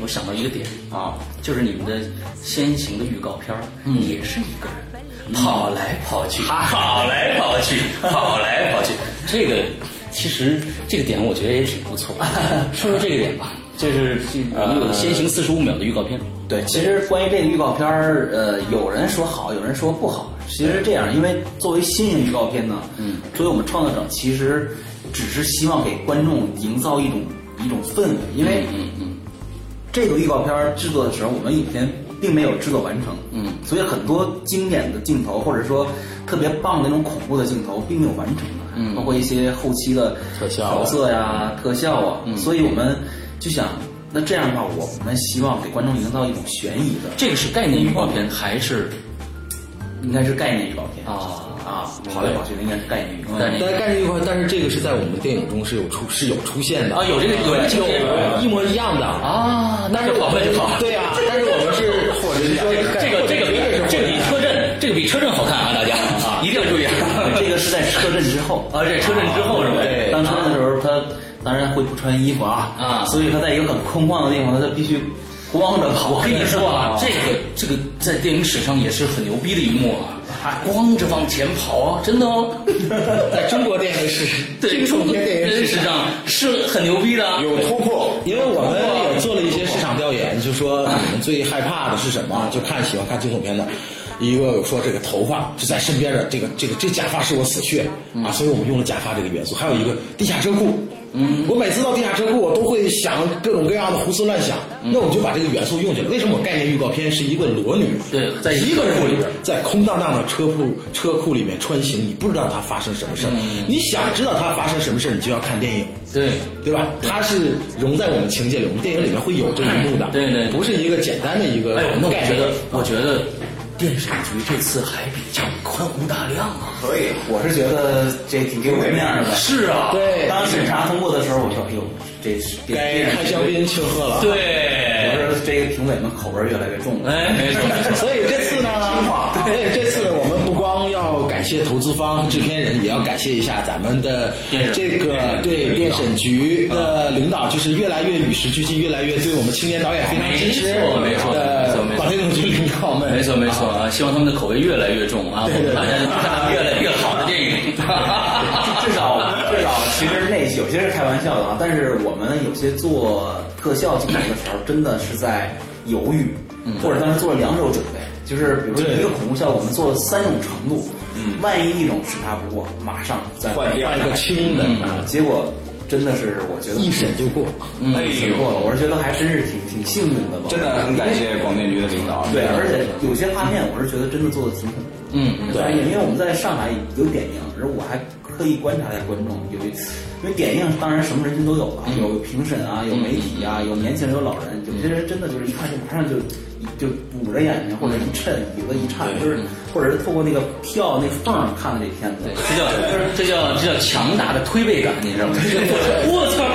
[SPEAKER 10] 我想到一个点
[SPEAKER 7] 啊，
[SPEAKER 10] 就是你们的先行的预告片儿也是一个人跑来跑去，跑来跑去，跑来跑去。这个其实这个点我觉得也挺不错，说说这个点吧。这是我们有先行四十五秒的预告片，
[SPEAKER 6] 呃对，其实关于这个预告片儿，呃，有人说好，有人说不好。其实这样，因为作为新型预告片呢，嗯，作为我们创作者，其实只是希望给观众营造一种一种氛围，因为嗯嗯，这个预告片儿制作的时候，我们影片并没有制作完成，嗯，所以很多经典的镜头，或者说特别棒的那种恐怖的镜头，并没有完成的，嗯，包括一些后期的
[SPEAKER 8] 特效啊
[SPEAKER 6] 调色呀、特效啊，所以我们就想。那这样的话，我们希望给观众营造一种悬疑的，
[SPEAKER 10] 这个是概念预告片还是
[SPEAKER 6] 应该是概念预告片
[SPEAKER 10] 啊
[SPEAKER 6] 啊，跑来跑去的应该是概念预告
[SPEAKER 10] 概
[SPEAKER 6] 片。
[SPEAKER 10] 念
[SPEAKER 8] 但是概念一块，但是这个是在我们电影中是有出是有出现的
[SPEAKER 10] 啊？有这个有这个情节
[SPEAKER 8] 有一模一样的啊。
[SPEAKER 10] 啊？
[SPEAKER 8] 但是我们
[SPEAKER 10] 就跑了
[SPEAKER 8] 对呀、但是我们 是或者是说
[SPEAKER 10] 这个这个比这个比车震这个比车震好看啊！大家啊，一定要注意啊！
[SPEAKER 6] 这个是在车震之后
[SPEAKER 10] 啊这车震之后是吧哎
[SPEAKER 6] 对，当车震的时候，他当然会不穿衣服啊
[SPEAKER 10] 啊
[SPEAKER 6] 所以他在一个很空旷的地方，他必须光着跑。
[SPEAKER 10] 我跟你说啊，
[SPEAKER 6] 哦
[SPEAKER 10] 这个这个在电影史上也是很牛逼的一幕啊！啊，光着往前跑啊，真的哦，
[SPEAKER 8] 在中国电影史，
[SPEAKER 10] 对，
[SPEAKER 8] 中国电影
[SPEAKER 10] 历史上是很牛逼的啊。
[SPEAKER 8] 有突破，因为我们也做了一些市场调研，就说你们最害怕的是什么？就看喜欢看惊悚片的，一个有说这个头发就在身边的，这个这个这假发是我死穴
[SPEAKER 10] 嗯
[SPEAKER 8] 啊，所以我们用了假发这个元素。还有一个地下车库，嗯，我每次到地下车库，我都会想各种各样的胡思乱想，
[SPEAKER 10] 嗯
[SPEAKER 8] 那我就把这个元素用进来。为什么我概念预告片是一个裸女？
[SPEAKER 10] 对在
[SPEAKER 8] 一
[SPEAKER 10] 一
[SPEAKER 8] 个
[SPEAKER 10] 个
[SPEAKER 8] 人
[SPEAKER 10] 车库里边
[SPEAKER 8] 在空荡荡的车库车库里面穿行，你不知道它发生什么事儿。
[SPEAKER 10] 嗯
[SPEAKER 8] 你想知道它发生什么事儿，你就要看电影。
[SPEAKER 10] 对，
[SPEAKER 8] 对吧？它是融在我们情节里，我们电影里面会有这一幕的。
[SPEAKER 10] 对对
[SPEAKER 8] 不是一个简单的一个
[SPEAKER 10] 哎呦，那我
[SPEAKER 8] 概
[SPEAKER 10] 觉
[SPEAKER 8] 念
[SPEAKER 10] 得，我觉得电审局这次还比较宽宏大量啊。
[SPEAKER 7] 可以，
[SPEAKER 6] 我是觉得这挺给我面儿的。
[SPEAKER 10] 是啊，
[SPEAKER 8] 对
[SPEAKER 6] 当审查通过的时候，我说：“哎呦，这是这
[SPEAKER 8] 该开香槟庆贺了。
[SPEAKER 10] 对，
[SPEAKER 6] 我说这个评委们口味越来越重了。
[SPEAKER 10] 哎，没错没错，
[SPEAKER 8] 所以这 次呢，对这次我们不光要感谢投资方、制片人，也要感谢一下咱们的这个对电审局的领导，就是越来越与时俱进，越来越对我们青年导演非常支持
[SPEAKER 10] 没错没错没
[SPEAKER 8] 的
[SPEAKER 10] 错没错
[SPEAKER 8] 广电总局领导们。
[SPEAKER 10] 没错没错啊！希望他们的口味越来越重啊，我
[SPEAKER 8] 对对
[SPEAKER 10] 们
[SPEAKER 8] 对
[SPEAKER 10] 大家能看到越来越好的电影。
[SPEAKER 6] 至少至少，其实那有些是开玩笑的啊，但是我们有些做特效镜头的时候，真的是在犹豫，或者当时做了两手准备，就是比如说一个恐怖效果，我们做了三种程度，嗯，万一一种审查不过，马上再
[SPEAKER 7] 换第二
[SPEAKER 8] 换一个轻的，
[SPEAKER 6] 啊，结果真的是我觉得
[SPEAKER 8] 一审就过。
[SPEAKER 7] 哎
[SPEAKER 6] 挺过了，我是觉得还真是挺挺幸运的吧，
[SPEAKER 7] 真的很感谢广电局的领导。
[SPEAKER 6] 对，而且有些画面我是觉得真的做的挺恐怖。嗯，对，因为我们在上海有点映，而我还刻意观察一下观众，有一，因为点映当然什么人群都有了，有评审啊，有媒体啊，有年轻人，有老人，有些人真的就是一看就马上就就捂着眼睛，或者一抻尾巴一颤，就是或者是透过那个跳那缝儿看的这片 子。
[SPEAKER 10] 这叫这叫这叫强大的推背感，你知道吗？我操，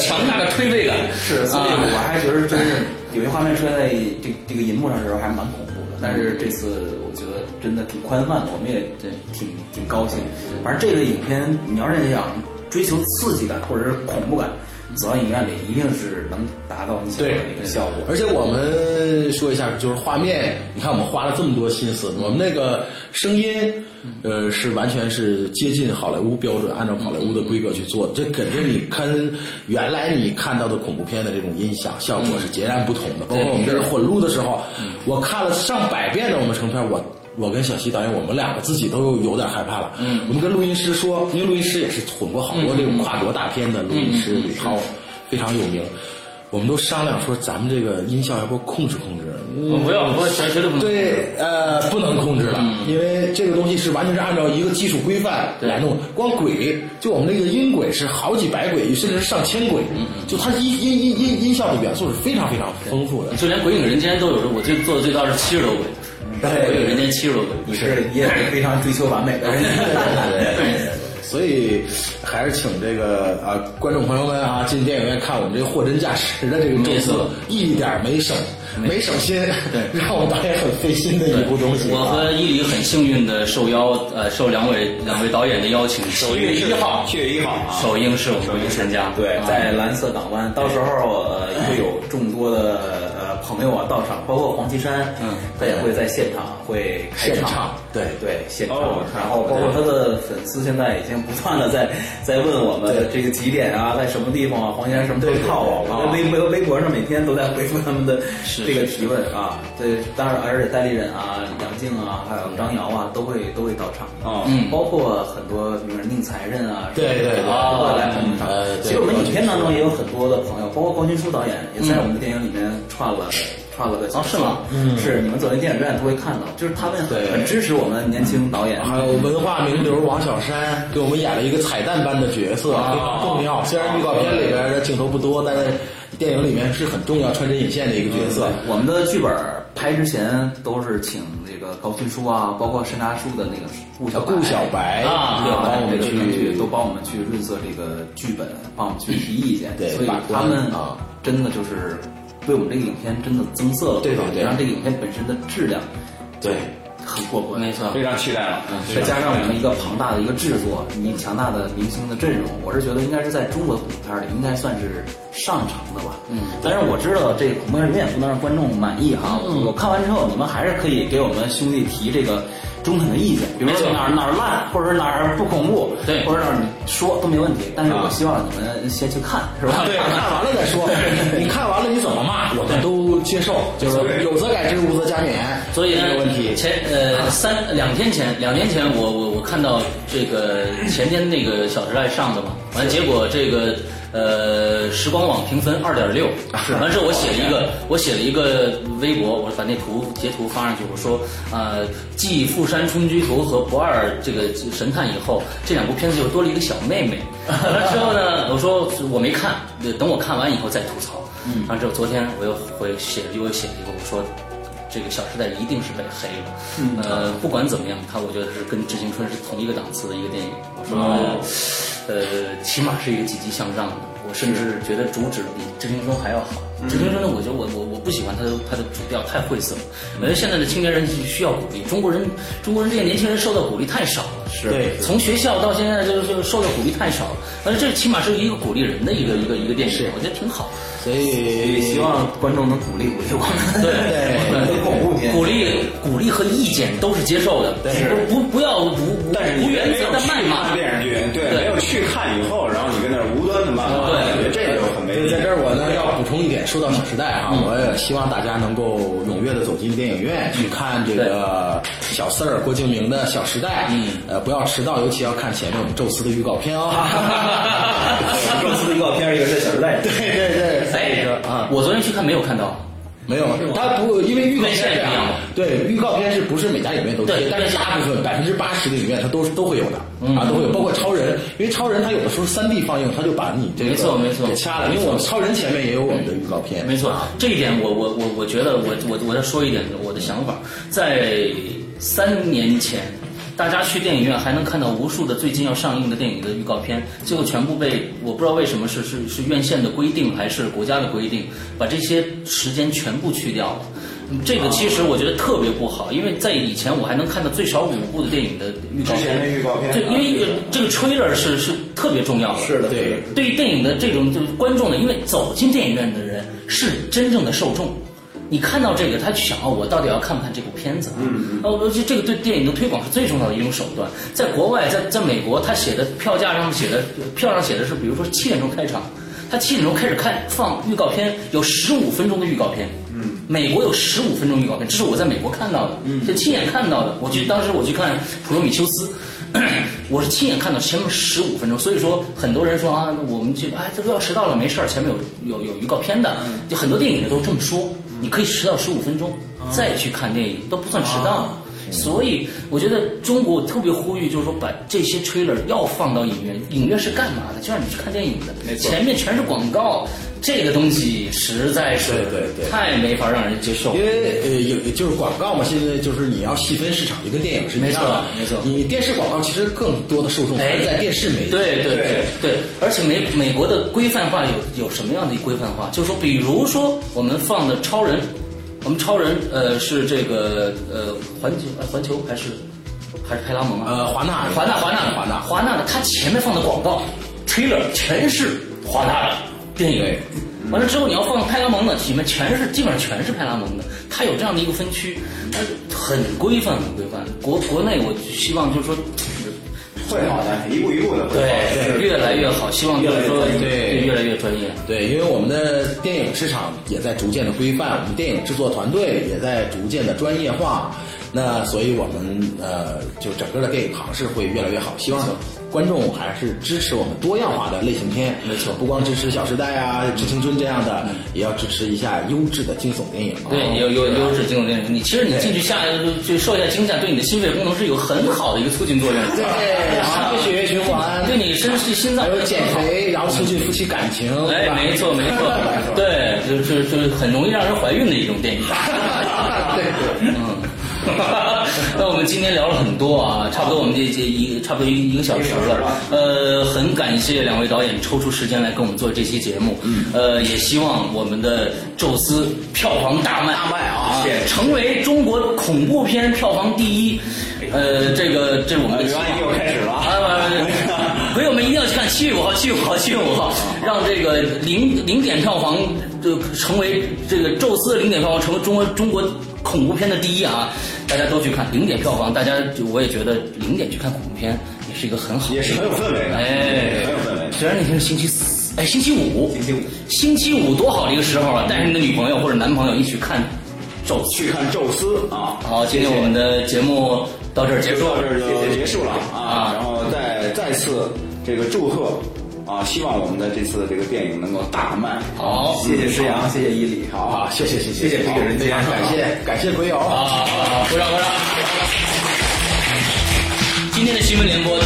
[SPEAKER 10] 强大的推背感
[SPEAKER 6] 是，所以
[SPEAKER 10] 啊
[SPEAKER 6] 我还觉得真是有些画面出现在这这个银幕上的时候还蛮恐怖的，但是这次我觉得真的挺宽泛的，我们也
[SPEAKER 10] 对
[SPEAKER 6] 挺挺高兴。反正这个影片，你要是想追求刺激感或者是恐怖感，走到影院里一定是能达到你想要的一个效果。
[SPEAKER 8] 而且我们说一下，就是画面，你看我们花了这么多心思，我们那个声音，
[SPEAKER 6] 嗯
[SPEAKER 8] 呃，是完全是接近好莱坞标准，按照好莱坞的规格去做的，这肯定你跟原来你看到的恐怖片的这种音响效果是截然不同的。
[SPEAKER 6] 嗯
[SPEAKER 8] 包括我们这是混录的时
[SPEAKER 6] 哦
[SPEAKER 8] 候，我看了上百遍的我们成片，我。我跟小西导演，我们两个自己都有点害怕了。嗯，我们跟录音师说，因为录音师也是混过好多这
[SPEAKER 6] 嗯
[SPEAKER 8] 种跨国大片的录音师，李涛非常有名。我们都商量说，咱们这个音效要不要控制控制？
[SPEAKER 10] 我不要，我绝绝对不能。
[SPEAKER 8] 对，呃，不能控制了，因为这个东西是完全是按照一个技术规范来弄。光轨，就我们那个音轨是好几百轨，甚至是上千轨，就它音音音音音效的元素是非常非常丰富的。
[SPEAKER 10] 就连《鬼影人间》都有，我最做的最高是七十多轨，《鬼影人间》七十多轨。
[SPEAKER 6] 你是也是非常追求完美的人，对对对。
[SPEAKER 8] 所以还是请这个啊观众朋友们啊进电影院看我们这货真价实的这个宙斯，一点没省没省心，对， 让我们导演很费心的一部东西啊。
[SPEAKER 2] 我和伊犁很幸运的受邀，呃，受两位两位导演的邀请，
[SPEAKER 6] 九月一号，七月一号啊，
[SPEAKER 2] 首映是我们参加，
[SPEAKER 6] 对，
[SPEAKER 8] 啊
[SPEAKER 6] 在蓝色港湾，到时候呃
[SPEAKER 8] 哎
[SPEAKER 6] 会有众多的呃朋友啊到场，包括黄绮珊，嗯，他也会在现场会开
[SPEAKER 8] 现场对
[SPEAKER 6] 对现场
[SPEAKER 7] 哦，
[SPEAKER 6] 然后包括他的粉丝现在已经不断的在 在问我们这个几点啊，在什么地方啊，黄先生什么时候到啊？我微博微博上每天都在回复他们的这个提问啊，对，当然而且戴立忍啊、梁静啊，还有张瑶啊，都会都会到场
[SPEAKER 7] 哦
[SPEAKER 6] 嗯，包括很多什么宁财神啊，
[SPEAKER 8] 对对对
[SPEAKER 6] 啊，都会来捧场
[SPEAKER 8] 呃。
[SPEAKER 6] 其实我们影片当中也有很多的朋友，包括高军书导演也在我们的电影里面串了。串了个哦，是吗？嗯，是你们走进电影院都会看到，就是他们很
[SPEAKER 8] 对
[SPEAKER 6] 很支持我们年轻导演，
[SPEAKER 8] 还有啊文化名流王小山给我们演了一个彩蛋般的角色，非常重要。虽然预告片里边的镜头不多，但是电影里面是很重要、穿针引线的一个角色。
[SPEAKER 6] 我们的剧本拍之前都是请这个高群书啊，包括山楂树的那个顾小
[SPEAKER 8] 顾小白
[SPEAKER 6] 啊，
[SPEAKER 8] 对
[SPEAKER 6] 帮我们
[SPEAKER 8] 这个
[SPEAKER 6] 去都帮我们去润色这个剧本，帮我们去提意见，
[SPEAKER 8] 对
[SPEAKER 6] 所以
[SPEAKER 8] 把
[SPEAKER 6] 他
[SPEAKER 8] 关
[SPEAKER 6] 们
[SPEAKER 8] 啊
[SPEAKER 6] 真的就是为我们这个影片真的增色了，
[SPEAKER 8] 对对对
[SPEAKER 6] 让这个影片本身的质量
[SPEAKER 8] 对，
[SPEAKER 6] 很过关，
[SPEAKER 2] 没错
[SPEAKER 7] 非常期待了。
[SPEAKER 6] 再加上我们一个庞大的一个制作，你强大的明星的阵容，我是觉得应该是在中国恐怖片里应该算是上乘的吧。嗯，但是我知道这个恐怖片永远不能让观众满意哈。我看完之后，你们还是可以给我们兄弟提这个中肯的意见，比如说哪儿哪儿烂，或者哪儿不恐怖，
[SPEAKER 2] 对
[SPEAKER 6] 或者哪儿你说都没问题。但是我希望你们先去看，是吧？
[SPEAKER 8] 啊对，看完了再说。你看完了你怎么骂，我们都接受，就是有则改之，无则加勉。
[SPEAKER 2] 所以呢
[SPEAKER 8] 没有问题，。
[SPEAKER 2] 前呃三两天前，两年前我我我看到这个前天那个《小时代》上的嘛，完了结果这个呃时光网评分二点六，完事我写了一个我写了一个微博，我把那图截图发上去，我说呃继《富山春居图》和《不二》这个神探以后，这两部片子又多了一个小妹妹。完了之后呢，我说我没看，等我看完以后再吐槽。完之后，昨天我又回写又写了一个，我说这个《小时代》一定是被黑了。呃，不管怎么样，它我觉得是跟《致青春》是同一个档次的一个电影。我说，呃，起码是一个积极向上的。我甚至觉得主旨比《致青春》还要好。致青春》呢，我觉得我我我不喜欢它的它的主调太晦涩了。我觉得现在的青年人需要鼓励，中国人中国人这些年轻人受到鼓励太少了。是
[SPEAKER 8] 对
[SPEAKER 2] 从学校到现在就是就是受到鼓励太少了。但是这起码是一个鼓励人的一个一个一个电影，我觉得挺好。
[SPEAKER 8] 所
[SPEAKER 6] 也
[SPEAKER 8] 以
[SPEAKER 6] 希望观众能鼓励鼓励我们。
[SPEAKER 2] 对
[SPEAKER 6] 对，恐怖 片
[SPEAKER 2] 鼓励、鼓励和意见都是接受的，不不不要无无
[SPEAKER 7] 但是
[SPEAKER 2] 无
[SPEAKER 7] 你
[SPEAKER 2] 原
[SPEAKER 7] 没有
[SPEAKER 2] 则的
[SPEAKER 7] 去
[SPEAKER 2] 谩
[SPEAKER 7] 看
[SPEAKER 2] 骂。
[SPEAKER 7] 电视剧，对，
[SPEAKER 2] 对
[SPEAKER 7] 没有去看以后，然后你跟那儿无端的谩骂，
[SPEAKER 2] 对
[SPEAKER 7] 我觉得这就很没
[SPEAKER 8] 所
[SPEAKER 7] 意
[SPEAKER 8] 以在
[SPEAKER 7] 思
[SPEAKER 8] 这。儿我呢要补充一点，说到《小时代》啊，
[SPEAKER 2] 嗯
[SPEAKER 8] 我也希望大家能够踊跃的走进电影院去看这个小四儿郭敬明的《小时代》，嗯，呃，不要迟到，尤其要看前面我们宙斯的预告片哦。
[SPEAKER 6] 宙斯的预告片一个是《小时代》，对
[SPEAKER 8] 对对对，
[SPEAKER 2] 哎，我昨天去看没有看到，
[SPEAKER 8] 没有，他不因为预告片是这
[SPEAKER 2] 院线一
[SPEAKER 8] 样
[SPEAKER 2] 样吗
[SPEAKER 8] 的，对，预告片是不是每家影院都贴
[SPEAKER 2] 对？嗯
[SPEAKER 8] 但是大部分百分之八十的影院它都是都会有的、啊，都会有，包括超人，因为超人它有的时候三 D 放映，它就把你这个
[SPEAKER 2] 没错没错
[SPEAKER 8] 给掐了，因为我们超人前面也有我们的预告片，
[SPEAKER 2] 没错，
[SPEAKER 7] 啊
[SPEAKER 2] 这一点我我我我觉得我我我要说一点我的想法，在三年前。大家去电影院还能看到无数的最近要上映的电影的预告片，最后全部被我不知道为什么是是是院线的规定还是国家的规定，把这些时间全部去掉了。嗯这个其实我觉得特别不好，因为在以前我还能看到最少五部的电影的预告片。
[SPEAKER 7] 之前的预告片
[SPEAKER 2] 对，
[SPEAKER 7] 啊
[SPEAKER 2] 因为呃这个 trailer 是是特别重要的。
[SPEAKER 6] 是的，对。
[SPEAKER 2] 对于电影的这种就是观众的，因为走进电影院的人是真正的受众。你看到这个，他就想啊，我到底要看不看这部片子？嗯，哦，我觉得这个对电影的推广是最重要的一种手段。在国外，在在美国，他写的票价上面写的票上写的是，比如说七点钟开场，他七点钟开始看放预告片，有十五分钟的预告片。嗯，美国有十五分钟预告片，这是我在美国看到的，嗯，就亲眼看到的。我去当时我去看《普罗米修斯》。 我是亲眼看到前面十五分钟，所以说很多人说啊，我们去哎，这都要迟到了，没事儿，前面有有有预告片的，
[SPEAKER 8] 嗯
[SPEAKER 2] 就很多电影人都这么说，你可以迟到十五分钟
[SPEAKER 8] 嗯
[SPEAKER 2] 再去看电影，都不算迟到。
[SPEAKER 8] 啊
[SPEAKER 2] 所以我觉得中国特别呼吁，就是说把这些 trailer 要放到影院，影院是干嘛的？就让你去看电影的，前面全是广告，这个东西实在是
[SPEAKER 8] 对对对
[SPEAKER 2] 太没法让人接受了
[SPEAKER 8] 因。为呃，有就是广告嘛，现在就是你要细分市场，就跟电影是一样的。
[SPEAKER 2] 没错没错
[SPEAKER 8] 你电视广告其实更多的受众还
[SPEAKER 2] 哎
[SPEAKER 8] 是在电视媒体。
[SPEAKER 2] 对对对对，而且美美国的规范化有有什么样的规范化？就是说，比如说我们放的超人，我们超人呃是这个呃环球呃环球还是还是派拉蒙啊？
[SPEAKER 8] 呃华纳
[SPEAKER 2] 华纳华纳
[SPEAKER 8] 华纳
[SPEAKER 2] 华纳的，它前面放的广告 trailer 全是华纳的电影。完了之后，你要放派拉蒙的，里面全是基本上全是派拉蒙的，它有这样的一个分区，它很规范，很规范。国国内我希望就是说，
[SPEAKER 7] 会好的，一步一步的会好的。
[SPEAKER 2] 对，越来越好，希望就是说
[SPEAKER 8] 越来越专业
[SPEAKER 2] 对越来越专业。
[SPEAKER 8] 对，因为我们的电影市场也在逐渐的规范，我们电影制作团队也在逐渐的专业化，那所以我们呃，就整个的电影行市会越来越好，希望观众还是支持我们多样化的类型片，没错，不光支持《小时代》啊、《致青春》这样的，也要支持一下优质的惊悚电影。
[SPEAKER 2] 嗯
[SPEAKER 8] 哦
[SPEAKER 2] 对，有有优质经典电影，你其实你进去下来就就受一下惊吓，对你的心肺功能是有很好的一个促进作用的。
[SPEAKER 8] 对，啊，血液循环，
[SPEAKER 2] 对你身体心脏
[SPEAKER 8] 还有减肥，然后促进夫妻感情。
[SPEAKER 2] 哎，没错没 错，对，就是就是很容易让人怀孕的一种电 影。
[SPEAKER 8] 对对
[SPEAKER 2] 嗯， 那我们今天聊了很多啊，差不多我们这这一差不多一一个小时了。呃，很感谢两位导演抽出时间来跟我们做这期节目。嗯，呃，也希望我们的《宙斯》票房大卖，大卖啊，成为中国恐怖片票房第一。呃，这个这是我们的希望。
[SPEAKER 7] 又开始了啊
[SPEAKER 2] 啊！朋友们一定要去看七月五号，七月五号，七月五号，让这个零零点票房就成为这个宙斯的零点票房成为中国中国恐怖片的第一啊！大家都去看零点票房，大家就我也觉得零点去看恐怖片也是一个很好的，
[SPEAKER 7] 也是很有氛围的，
[SPEAKER 2] 哎
[SPEAKER 7] 很有氛围。
[SPEAKER 2] 虽然那天是星期四，哎，星期五，
[SPEAKER 7] 星期五，
[SPEAKER 2] 星期五多好的一个时候啊！带着你的女朋友或者男朋友一起去看宙斯。
[SPEAKER 7] 去看宙斯啊！
[SPEAKER 2] 好，今天我们的节目到这儿结
[SPEAKER 7] 就
[SPEAKER 2] 束
[SPEAKER 7] 到这儿就结
[SPEAKER 2] 了。
[SPEAKER 7] 束了
[SPEAKER 2] 啊
[SPEAKER 7] 啊！然后再再次这个祝贺啊！希望我们的这次这个电影能够大卖。
[SPEAKER 2] 好，
[SPEAKER 7] 谢谢石阳，谢谢伊礼，好
[SPEAKER 8] 啊，谢谢谢
[SPEAKER 7] 谢
[SPEAKER 8] 谢
[SPEAKER 7] 谢这个人
[SPEAKER 8] 非常感谢感谢鬼友。
[SPEAKER 2] 好好好，鼓掌鼓掌。今天的新闻联播